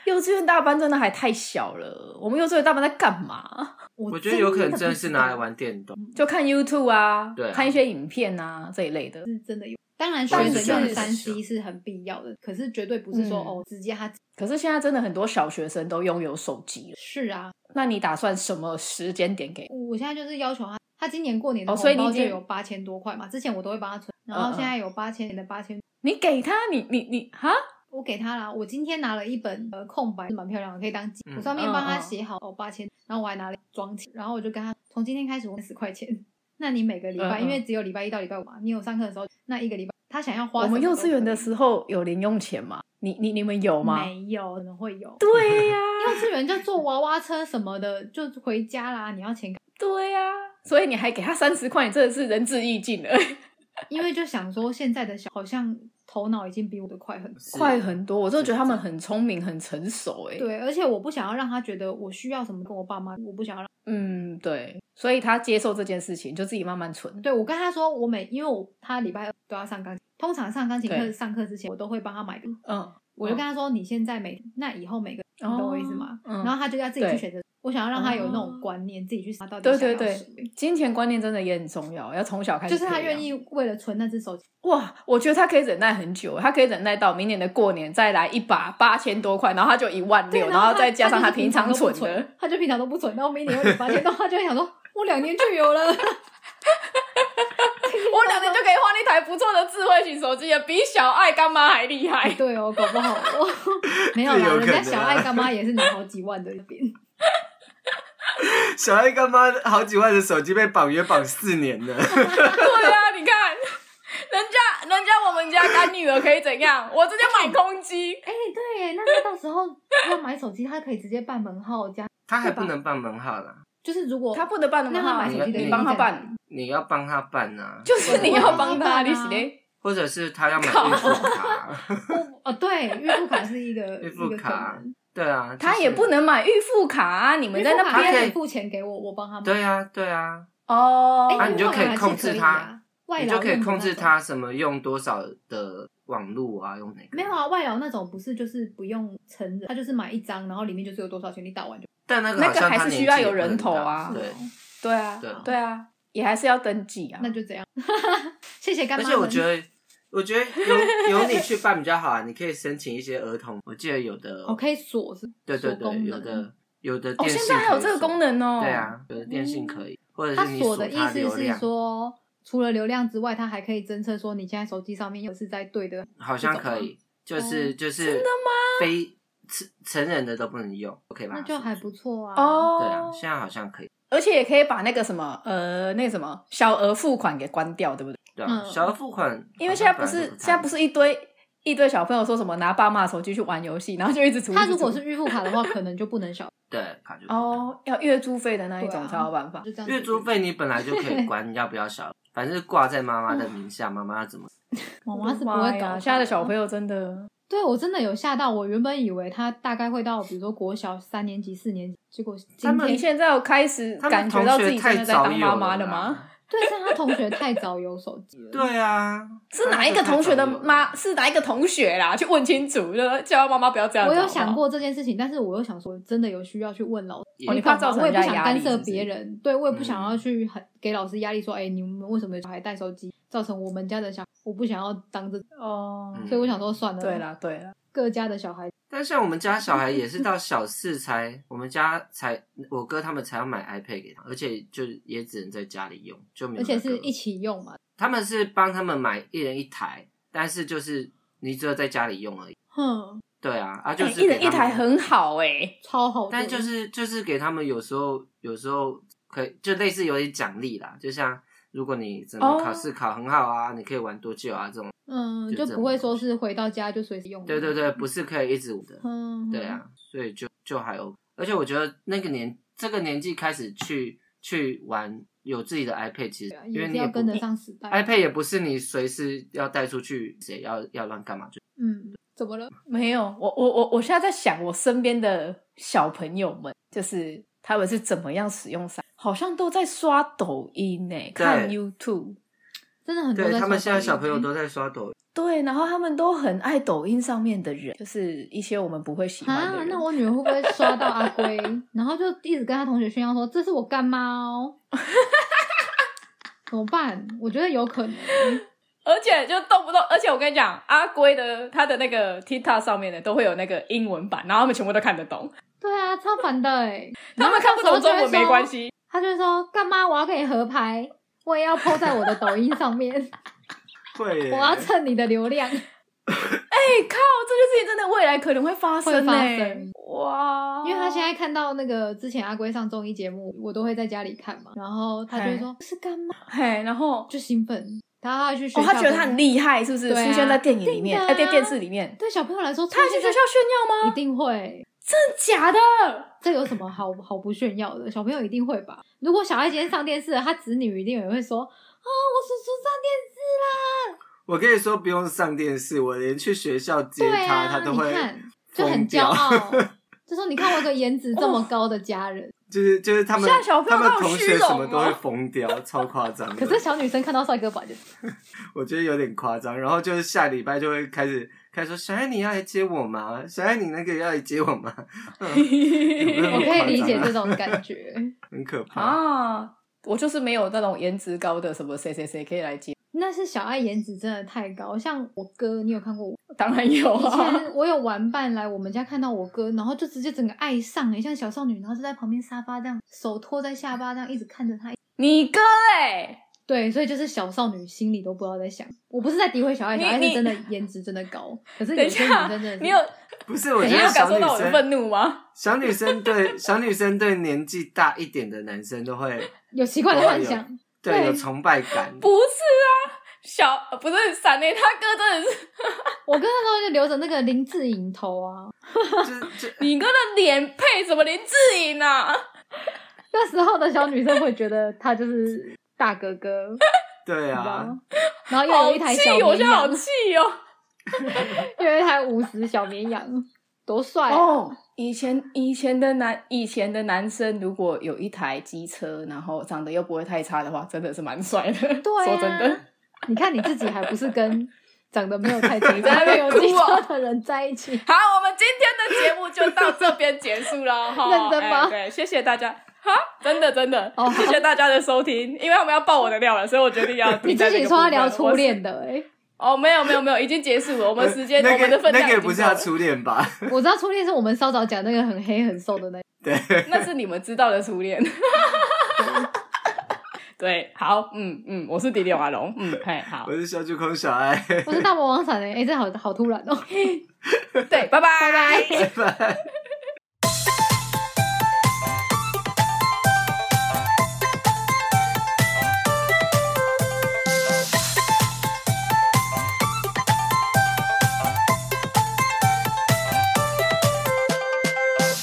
[SPEAKER 1] 幼稚园大班真的还太小了，我们幼稚园大班在干嘛？
[SPEAKER 3] 我
[SPEAKER 2] 我
[SPEAKER 3] 我
[SPEAKER 2] 觉得有可能真
[SPEAKER 3] 的
[SPEAKER 2] 的
[SPEAKER 3] 不
[SPEAKER 2] 是
[SPEAKER 3] 知
[SPEAKER 2] 拿来
[SPEAKER 3] 道，
[SPEAKER 2] 玩电动，
[SPEAKER 1] 就看 YouTube 啊，
[SPEAKER 2] 对啊
[SPEAKER 1] 看一些影片啊这一类的。
[SPEAKER 3] 当然学
[SPEAKER 1] 但
[SPEAKER 3] 水
[SPEAKER 1] 是
[SPEAKER 3] 用三 C 是很必要的，可是绝对不是说、
[SPEAKER 1] 嗯
[SPEAKER 3] 哦直接他
[SPEAKER 1] 可是现在真的很多小学生都拥有手机了，
[SPEAKER 3] 是啊，
[SPEAKER 1] 那你打算什么时间点给？
[SPEAKER 3] 我现在就是要求他，他今年过年的
[SPEAKER 1] 哦所以
[SPEAKER 3] 红
[SPEAKER 1] 你
[SPEAKER 3] 包
[SPEAKER 1] 已
[SPEAKER 3] 就
[SPEAKER 1] 经
[SPEAKER 3] 有八千多块嘛，之前我都会帮他存，然后
[SPEAKER 1] 嗯嗯
[SPEAKER 3] 现在有八千年的八千，
[SPEAKER 1] 你给他，你你你哈？
[SPEAKER 3] 我给他啦。我今天拿了一本呃空白，蛮漂亮的，可以当记。
[SPEAKER 2] 嗯
[SPEAKER 3] 我上面帮他
[SPEAKER 1] 嗯嗯
[SPEAKER 3] 写好哦八千，然后我还拿了装起，然后我就跟他从今天开始我十块钱，那你每个礼拜，
[SPEAKER 1] 嗯嗯
[SPEAKER 3] 因为只有礼拜一到礼拜五嘛，你有上课的时候，那一个礼拜他想要花
[SPEAKER 1] 我们
[SPEAKER 3] 什
[SPEAKER 1] 幼
[SPEAKER 3] 么都
[SPEAKER 1] 稚园的
[SPEAKER 3] 可以
[SPEAKER 1] 时候有零用钱吗？你你你们有吗？
[SPEAKER 3] 没有，可能会有。
[SPEAKER 1] 对啊呀、
[SPEAKER 3] 幼稚园就坐娃娃车什么的，就回家啦。你要钱干嘛
[SPEAKER 1] 对呀、所以你还给他三十块，你真的是仁至义尽 了，
[SPEAKER 3] 因为就想说现在的小好像头脑已经比我的快很多。
[SPEAKER 2] 是
[SPEAKER 1] 快很多。我真的觉得他们很聪明、很成熟、欸，哎，，
[SPEAKER 3] 对，而且我不想要让他觉得我需要什么跟我爸妈，我不想要让。
[SPEAKER 1] 嗯，对，所以他接受这件事情，就自己慢慢存。
[SPEAKER 3] 对我跟他说，我每因为我他礼拜二都要上钢琴，通常上钢琴课
[SPEAKER 1] 对
[SPEAKER 3] 上课之前，我都会帮他买个。
[SPEAKER 1] 嗯，
[SPEAKER 3] 我就跟他说，你现在每那以后每个，你懂我意思吗？
[SPEAKER 1] 嗯
[SPEAKER 3] 然后他就要自己去
[SPEAKER 1] 对
[SPEAKER 3] 选择。我想要让他有那种
[SPEAKER 1] 哦
[SPEAKER 3] 观念，自己去他到底
[SPEAKER 1] 对
[SPEAKER 3] 想
[SPEAKER 1] 对
[SPEAKER 3] 要
[SPEAKER 1] 对
[SPEAKER 3] 什么。
[SPEAKER 1] 金钱观念真的也很重要，要从小开始
[SPEAKER 3] 就
[SPEAKER 1] 培
[SPEAKER 3] 是
[SPEAKER 1] 养。
[SPEAKER 3] 他愿意为了存那只手机，
[SPEAKER 1] 哇，我觉得他可以忍耐很久，他可以忍耐到明年的过年再来一把八千多块，然后他就一万
[SPEAKER 3] 对
[SPEAKER 1] 六，
[SPEAKER 3] 然
[SPEAKER 1] 后
[SPEAKER 3] 他
[SPEAKER 1] 再加上
[SPEAKER 3] 他就是
[SPEAKER 1] 平常
[SPEAKER 3] 都不
[SPEAKER 1] 存的，
[SPEAKER 3] 他就平常都不存，然后每年有发现到，他就会想说，我两年就 有了。
[SPEAKER 1] 我两年就可以换一台不错的智慧型手机了，比小爱干妈还厉害。
[SPEAKER 3] 对哦，搞不好 哦，没有
[SPEAKER 2] 这有
[SPEAKER 3] 啦，
[SPEAKER 2] 可
[SPEAKER 3] 人
[SPEAKER 2] 能啊
[SPEAKER 3] 家小爱干妈也是拿好几万的一边，
[SPEAKER 2] 小爱干妈好几万的手机被绑约绑四年 了，
[SPEAKER 1] 对啊，你看，人家人家我们家干女儿可以怎样？我直接买公鸡，
[SPEAKER 3] 哎、对耶，那他到时候要买手机，他可以直接办门号加，
[SPEAKER 2] 他还不能办门号啦，
[SPEAKER 3] 就是如果
[SPEAKER 1] 他不能办那么
[SPEAKER 3] 那他
[SPEAKER 1] 好，
[SPEAKER 3] 买
[SPEAKER 2] 手机的
[SPEAKER 1] 你
[SPEAKER 2] 原
[SPEAKER 1] 帮
[SPEAKER 2] 因
[SPEAKER 1] 他
[SPEAKER 3] 在哪
[SPEAKER 1] 办，
[SPEAKER 2] 你要帮他办啊，
[SPEAKER 1] 就是你要帮他，
[SPEAKER 3] 我帮他办啊
[SPEAKER 1] 你是嘞。
[SPEAKER 2] 或者是他要买预付卡，
[SPEAKER 3] 不哦，对，预付卡是一个
[SPEAKER 2] 预付
[SPEAKER 3] 一个可
[SPEAKER 2] 卡
[SPEAKER 3] 能，
[SPEAKER 2] 对啊，
[SPEAKER 1] 他
[SPEAKER 2] 就是
[SPEAKER 1] 也不能买预付卡啊！你们在
[SPEAKER 3] 预付
[SPEAKER 1] 那
[SPEAKER 3] 卡
[SPEAKER 1] 边
[SPEAKER 3] 可以付钱给我，我帮他买，
[SPEAKER 2] 对啊，对啊，
[SPEAKER 1] 哦
[SPEAKER 3] 哎、
[SPEAKER 2] 啊你就
[SPEAKER 3] 预付卡
[SPEAKER 2] 可以
[SPEAKER 3] 还是
[SPEAKER 2] 控制
[SPEAKER 3] 可以
[SPEAKER 2] 他
[SPEAKER 3] 啊，外
[SPEAKER 2] 你
[SPEAKER 3] 劳
[SPEAKER 2] 就可以
[SPEAKER 3] 用的
[SPEAKER 2] 控
[SPEAKER 3] 那
[SPEAKER 2] 制
[SPEAKER 3] 种
[SPEAKER 2] 他什么用多少的网络啊，用哪个
[SPEAKER 3] 没有，啊，外劳那种不是就是不用成人，他就是买一张，然后里面就是有多少钱，你打完就。
[SPEAKER 2] 但那个
[SPEAKER 1] 那
[SPEAKER 2] 好
[SPEAKER 1] 个
[SPEAKER 2] 像
[SPEAKER 1] 还
[SPEAKER 2] 他
[SPEAKER 1] 是
[SPEAKER 2] 年
[SPEAKER 1] 需要
[SPEAKER 2] 纪
[SPEAKER 1] 有
[SPEAKER 2] 也不
[SPEAKER 1] 人
[SPEAKER 2] 很
[SPEAKER 1] 头
[SPEAKER 2] 大
[SPEAKER 1] 啊
[SPEAKER 2] 对
[SPEAKER 3] 是哦
[SPEAKER 1] 对啊
[SPEAKER 2] 对，
[SPEAKER 1] 对啊，也还是要登记啊
[SPEAKER 3] 那。就这样。 谢谢干
[SPEAKER 2] 而
[SPEAKER 3] 妈们。
[SPEAKER 2] 且我觉得，我觉得有有你去办比较好啊。你可以申请一些儿童，我记得有的，
[SPEAKER 3] 我哦可以锁是
[SPEAKER 2] 对对
[SPEAKER 3] 锁
[SPEAKER 2] 对，
[SPEAKER 3] 功
[SPEAKER 2] 有
[SPEAKER 3] 能
[SPEAKER 2] 的有的
[SPEAKER 1] 哦，
[SPEAKER 2] 电
[SPEAKER 1] 现
[SPEAKER 2] 信
[SPEAKER 1] 在还有
[SPEAKER 2] 可以
[SPEAKER 1] 这个
[SPEAKER 2] 锁
[SPEAKER 1] 功，能哦。
[SPEAKER 2] 对，啊，有的电信可以，或者
[SPEAKER 3] 他
[SPEAKER 2] 是你
[SPEAKER 3] 锁的意
[SPEAKER 2] 它
[SPEAKER 3] 思
[SPEAKER 2] 流
[SPEAKER 3] 是
[SPEAKER 2] 量，
[SPEAKER 3] 说，除了流量之外，它还可以侦测说你现在手机上面又是在对的。
[SPEAKER 2] 好像
[SPEAKER 3] 这种吗
[SPEAKER 2] 可以，就
[SPEAKER 3] 哦
[SPEAKER 2] 是就是
[SPEAKER 1] 真的吗？
[SPEAKER 2] 非成成人的都不能用，OK 吧？
[SPEAKER 3] 那就还不错啊。，
[SPEAKER 1] 哦，
[SPEAKER 2] 对啊，现在好像可以，
[SPEAKER 1] 而且也可以把那个什么呃那个什么小额付款给关掉，对不对？
[SPEAKER 2] 对啊，
[SPEAKER 3] 嗯
[SPEAKER 2] 小额付款好像本来就太，
[SPEAKER 1] 因为现在不是现在不是一堆一堆小朋友说什么拿爸妈的手机去玩游戏，然后就一直出。
[SPEAKER 3] 它
[SPEAKER 1] 一直
[SPEAKER 3] 如果
[SPEAKER 1] 除
[SPEAKER 3] 是预付卡的话，可能就不能小，
[SPEAKER 2] 对卡就不能
[SPEAKER 1] 哦，要月租费的那一种
[SPEAKER 3] 对啊
[SPEAKER 1] 才有办法。
[SPEAKER 3] 就这样子。
[SPEAKER 2] 月租费你本来就可 以管，你要不要小额，反正挂在妈妈的名下，妈妈要怎么？
[SPEAKER 3] 妈妈是不
[SPEAKER 1] 妈
[SPEAKER 3] 会
[SPEAKER 1] 呀
[SPEAKER 3] 搞。
[SPEAKER 1] 现在的小朋
[SPEAKER 3] 友，
[SPEAKER 1] 友真的
[SPEAKER 3] 对我真的有吓到。我原本以为他大概会到，比如说国小三年级、四年级，结果今
[SPEAKER 2] 他们
[SPEAKER 1] 你
[SPEAKER 3] 天
[SPEAKER 1] 现在有开始
[SPEAKER 2] 他们
[SPEAKER 1] 感觉
[SPEAKER 2] 同
[SPEAKER 1] 到
[SPEAKER 2] 学
[SPEAKER 1] 自己真
[SPEAKER 2] 太
[SPEAKER 1] 的在
[SPEAKER 2] 早
[SPEAKER 1] 当
[SPEAKER 2] 有
[SPEAKER 1] 妈妈了
[SPEAKER 2] 啦
[SPEAKER 1] 吗？？
[SPEAKER 3] 对，是他同学太早有手机 了。
[SPEAKER 2] 对啊，
[SPEAKER 1] 是哪一个同学的妈？是哪一个同学啦？去问清楚，就叫妈妈不要这样子。
[SPEAKER 3] 我有
[SPEAKER 1] 好不好
[SPEAKER 3] 想，过这件事情，但是我又想说，真的有需要去问老师，
[SPEAKER 2] 哦你
[SPEAKER 1] 怕
[SPEAKER 3] 懂吗
[SPEAKER 1] 造成
[SPEAKER 3] 我也不
[SPEAKER 1] 人家
[SPEAKER 3] 想
[SPEAKER 1] 压
[SPEAKER 3] 干
[SPEAKER 1] 力
[SPEAKER 3] 涉
[SPEAKER 1] 是不是
[SPEAKER 3] 别人，对我也不想
[SPEAKER 2] 嗯
[SPEAKER 3] 要去很给老师压力，说，哎、你们为什么小孩带手机，造成我们家的小，我不想要当这，
[SPEAKER 1] 哦，
[SPEAKER 2] 嗯
[SPEAKER 3] 所以我想说算了，
[SPEAKER 1] 对，啦对啦，
[SPEAKER 3] 各家的小孩，
[SPEAKER 2] 但像我们家小孩也是到小四才，我们家才我哥他们才要买 iPad 给他，而且就也只能在家里用，就没有
[SPEAKER 3] 而
[SPEAKER 2] 那个、
[SPEAKER 3] 且是一起用嘛，
[SPEAKER 2] 他们是帮他们买一人一台，但是就是你只有在家里用而已。
[SPEAKER 3] 哼，
[SPEAKER 2] 对啊，啊就
[SPEAKER 1] 哎
[SPEAKER 2] 是、
[SPEAKER 1] 一人一台，很好哎、
[SPEAKER 3] 超好用，
[SPEAKER 2] 但就是就是给他们有时候有时候可以就类似有点奖励啦，就像如果你整
[SPEAKER 1] 哦
[SPEAKER 2] 个考试考很好啊，你可以玩多久啊这种。
[SPEAKER 3] 嗯，
[SPEAKER 2] 就
[SPEAKER 3] 就
[SPEAKER 2] 这
[SPEAKER 3] 不
[SPEAKER 2] 么
[SPEAKER 3] 会
[SPEAKER 2] 多
[SPEAKER 3] 说是回到家就随时用，
[SPEAKER 2] 对对，对，不是可以一直
[SPEAKER 1] 哦
[SPEAKER 2] 的。
[SPEAKER 3] 嗯，
[SPEAKER 2] 对啊，所以就就还 OK。而且我觉得那个年这个年纪开始去去玩有自己的 iPad，其实
[SPEAKER 3] 对啊，
[SPEAKER 2] 因
[SPEAKER 3] 也
[SPEAKER 2] 为
[SPEAKER 3] 是
[SPEAKER 2] 你也
[SPEAKER 3] 要
[SPEAKER 2] 不哎
[SPEAKER 3] 跟得上时代，
[SPEAKER 2] iPad 也不是你随时要带出去，谁要要乱干嘛就。
[SPEAKER 3] 嗯，怎么了？
[SPEAKER 1] 没有，我我我我现在在想，我身边的小朋友们，就是他们是怎么样使用伞，好像都在刷抖音呢、看 YouTube，
[SPEAKER 3] 真的很多
[SPEAKER 2] 对
[SPEAKER 3] 嗯在
[SPEAKER 2] 他们
[SPEAKER 3] 刷
[SPEAKER 2] 现在小
[SPEAKER 3] 抖音嗯
[SPEAKER 2] 朋友都在刷抖音，
[SPEAKER 1] 对，然后他们都很爱抖音上面的人，就是一些我们不会喜欢的
[SPEAKER 3] 啊，
[SPEAKER 1] 人。
[SPEAKER 3] 那我女儿会不会刷到阿龟，然后就一直跟她同学炫耀说这是我干妈哦？ 怎么办？我觉得有可能，
[SPEAKER 1] 而且就动不动，而且我跟你讲，阿龟的他的那个 TikTok 上面的都会有那个英文版，然后他们全部都看得 懂，
[SPEAKER 3] 对啊，超烦的哎。
[SPEAKER 1] 他们看不懂中文没关
[SPEAKER 3] 系，
[SPEAKER 1] 系。
[SPEAKER 3] 她就会说干妈，我要跟你合拍，我也要 po 在我的抖音上面，
[SPEAKER 2] 会耶
[SPEAKER 3] 我要蹭你的流 量。
[SPEAKER 1] 哎、靠，这件事情真的未来可能会发生、欸，
[SPEAKER 3] 会发生
[SPEAKER 1] 哇！
[SPEAKER 3] 因为她现在看到那个之前阿龟上综艺节目，我都会在家里看嘛，然后她就会说是干妈，
[SPEAKER 1] 嘿，然后
[SPEAKER 3] 就兴奋，她要去学校
[SPEAKER 1] 哦，
[SPEAKER 3] 跟，
[SPEAKER 1] 他觉得他很厉害，是不是？
[SPEAKER 3] 对啊
[SPEAKER 1] 出现在电影里面，
[SPEAKER 3] 一定的啊
[SPEAKER 1] 哎、电电视里面，
[SPEAKER 3] 对小朋友来说，
[SPEAKER 1] 他去学校炫耀
[SPEAKER 3] 一
[SPEAKER 1] 吗？
[SPEAKER 3] 定会。
[SPEAKER 1] 真的假的？
[SPEAKER 3] 这有什么好好不炫耀的？小朋友一定会吧。如果小孩今天上电视了，他子女一定也会说：“啊、我
[SPEAKER 2] 我跟你说，不用上电视，我连去学校接
[SPEAKER 3] 叔叔上电视啦！”对
[SPEAKER 2] 他，
[SPEAKER 3] 啊，
[SPEAKER 2] 他都
[SPEAKER 3] 你
[SPEAKER 2] 会，
[SPEAKER 3] 看就很骄傲，就说：“你看我有个颜值这么高的家人。
[SPEAKER 2] 就是就是他们
[SPEAKER 1] 现在小朋友
[SPEAKER 2] 他们
[SPEAKER 1] 好
[SPEAKER 2] 同
[SPEAKER 1] 虚
[SPEAKER 2] 学
[SPEAKER 1] 荣
[SPEAKER 2] 什么都
[SPEAKER 1] 哦
[SPEAKER 2] 会疯掉，超夸张的。
[SPEAKER 3] 可是小女生看到帅哥吧，就
[SPEAKER 2] 我觉得有点夸张，然后就是下礼拜就会开始开始说：“小爱你要来接我吗？小爱你那个要来接我吗？”
[SPEAKER 1] 嗯
[SPEAKER 2] 有
[SPEAKER 3] 我
[SPEAKER 2] 没有
[SPEAKER 3] 可以
[SPEAKER 2] 很夸张啊
[SPEAKER 3] 理解这种感觉。
[SPEAKER 2] 很可 怕。
[SPEAKER 1] 啊，我就是没有那种颜值高的什么谁谁谁可以来接，
[SPEAKER 3] 那是小爱颜值真的太高，像我哥，你有看过我？
[SPEAKER 1] 当然有
[SPEAKER 3] 以
[SPEAKER 1] 啊。
[SPEAKER 3] 前我有玩伴来我们家看到我哥，然后就直接整个爱上欸了，像小少女，然后就在旁边沙发这样，手托在下巴这样一直看着他，
[SPEAKER 1] 你哥哎、
[SPEAKER 3] 对，所以就是小少女心里都不知道在想。我不是在诋毁小爱，
[SPEAKER 1] 你
[SPEAKER 3] 小爱
[SPEAKER 1] 你
[SPEAKER 3] 是真的颜值真的高，可是
[SPEAKER 1] 等
[SPEAKER 3] 有
[SPEAKER 1] 一
[SPEAKER 3] 些女
[SPEAKER 1] 下
[SPEAKER 3] 生真的是
[SPEAKER 1] 你有
[SPEAKER 2] 不是，我
[SPEAKER 1] 你
[SPEAKER 2] 觉
[SPEAKER 1] 有
[SPEAKER 2] 得
[SPEAKER 1] 感
[SPEAKER 2] 小
[SPEAKER 1] 受
[SPEAKER 2] 女
[SPEAKER 1] 到我的
[SPEAKER 2] 生
[SPEAKER 1] 愤怒吗？
[SPEAKER 2] 小女生对小女生对年纪大一点的男生都会
[SPEAKER 3] 有奇怪的幻想，
[SPEAKER 2] 对
[SPEAKER 3] 对
[SPEAKER 2] 有崇拜感。
[SPEAKER 1] 不是啊，小呃不是闪雷他哥真的是，
[SPEAKER 3] 我哥那时候就留着那个林志颖头啊，
[SPEAKER 2] 就就
[SPEAKER 1] 你哥的脸配什么林志颖啊？
[SPEAKER 3] 那时候的小女生会觉得他就是大哥哥，
[SPEAKER 2] 对啊，
[SPEAKER 3] 然后又
[SPEAKER 1] 好
[SPEAKER 3] 有一台小
[SPEAKER 1] 气，我
[SPEAKER 3] 绵
[SPEAKER 1] 现在好
[SPEAKER 3] 羊，
[SPEAKER 1] 气哦。
[SPEAKER 3] 又有一台五十小绵羊，多帅、啊！
[SPEAKER 1] 哦，以前以前的男以前的男生，如果有一台机车，然后长得又不会太差的话，真的是蛮帅的。
[SPEAKER 3] 对、啊，
[SPEAKER 1] 说真的，
[SPEAKER 3] 你看你自己还不是跟长得没有太精
[SPEAKER 1] 在那边
[SPEAKER 3] 有机
[SPEAKER 1] 哭啊
[SPEAKER 3] 车的人在 一起？
[SPEAKER 1] 好，我们今天的节目就到这边结束了哈。
[SPEAKER 3] 认真吗
[SPEAKER 1] 哎对，谢谢大家。真的真的
[SPEAKER 3] 哦，
[SPEAKER 1] 谢谢大家的收听，因为他们要爆我的料了，所以我决定要
[SPEAKER 3] 你
[SPEAKER 1] 停在
[SPEAKER 3] 之
[SPEAKER 1] 这个
[SPEAKER 3] 前
[SPEAKER 1] 部分。啊
[SPEAKER 3] 说要聊初
[SPEAKER 1] 我是
[SPEAKER 3] 恋的、欸，
[SPEAKER 1] 哦，没有没有没有，已经结束了，我们时间、
[SPEAKER 2] 呃那
[SPEAKER 1] 我们的
[SPEAKER 2] 个
[SPEAKER 1] 分
[SPEAKER 2] 那
[SPEAKER 1] 量
[SPEAKER 2] 个也
[SPEAKER 1] 已经
[SPEAKER 2] 不是
[SPEAKER 1] 够
[SPEAKER 2] 他
[SPEAKER 1] 了
[SPEAKER 2] 初恋吧？
[SPEAKER 3] 我知道初恋是我们稍早讲那个很黑很瘦的那，
[SPEAKER 2] 对，
[SPEAKER 1] 那是你们知道的初恋。 对，好，嗯嗯，我是迪迪瓦龙，嗯，嘿，好
[SPEAKER 2] 我，是小酒空小爱。
[SPEAKER 3] 我是大魔王伞诶、欸，哎、这好好突然哦、
[SPEAKER 1] 对，拜拜。
[SPEAKER 2] 拜拜。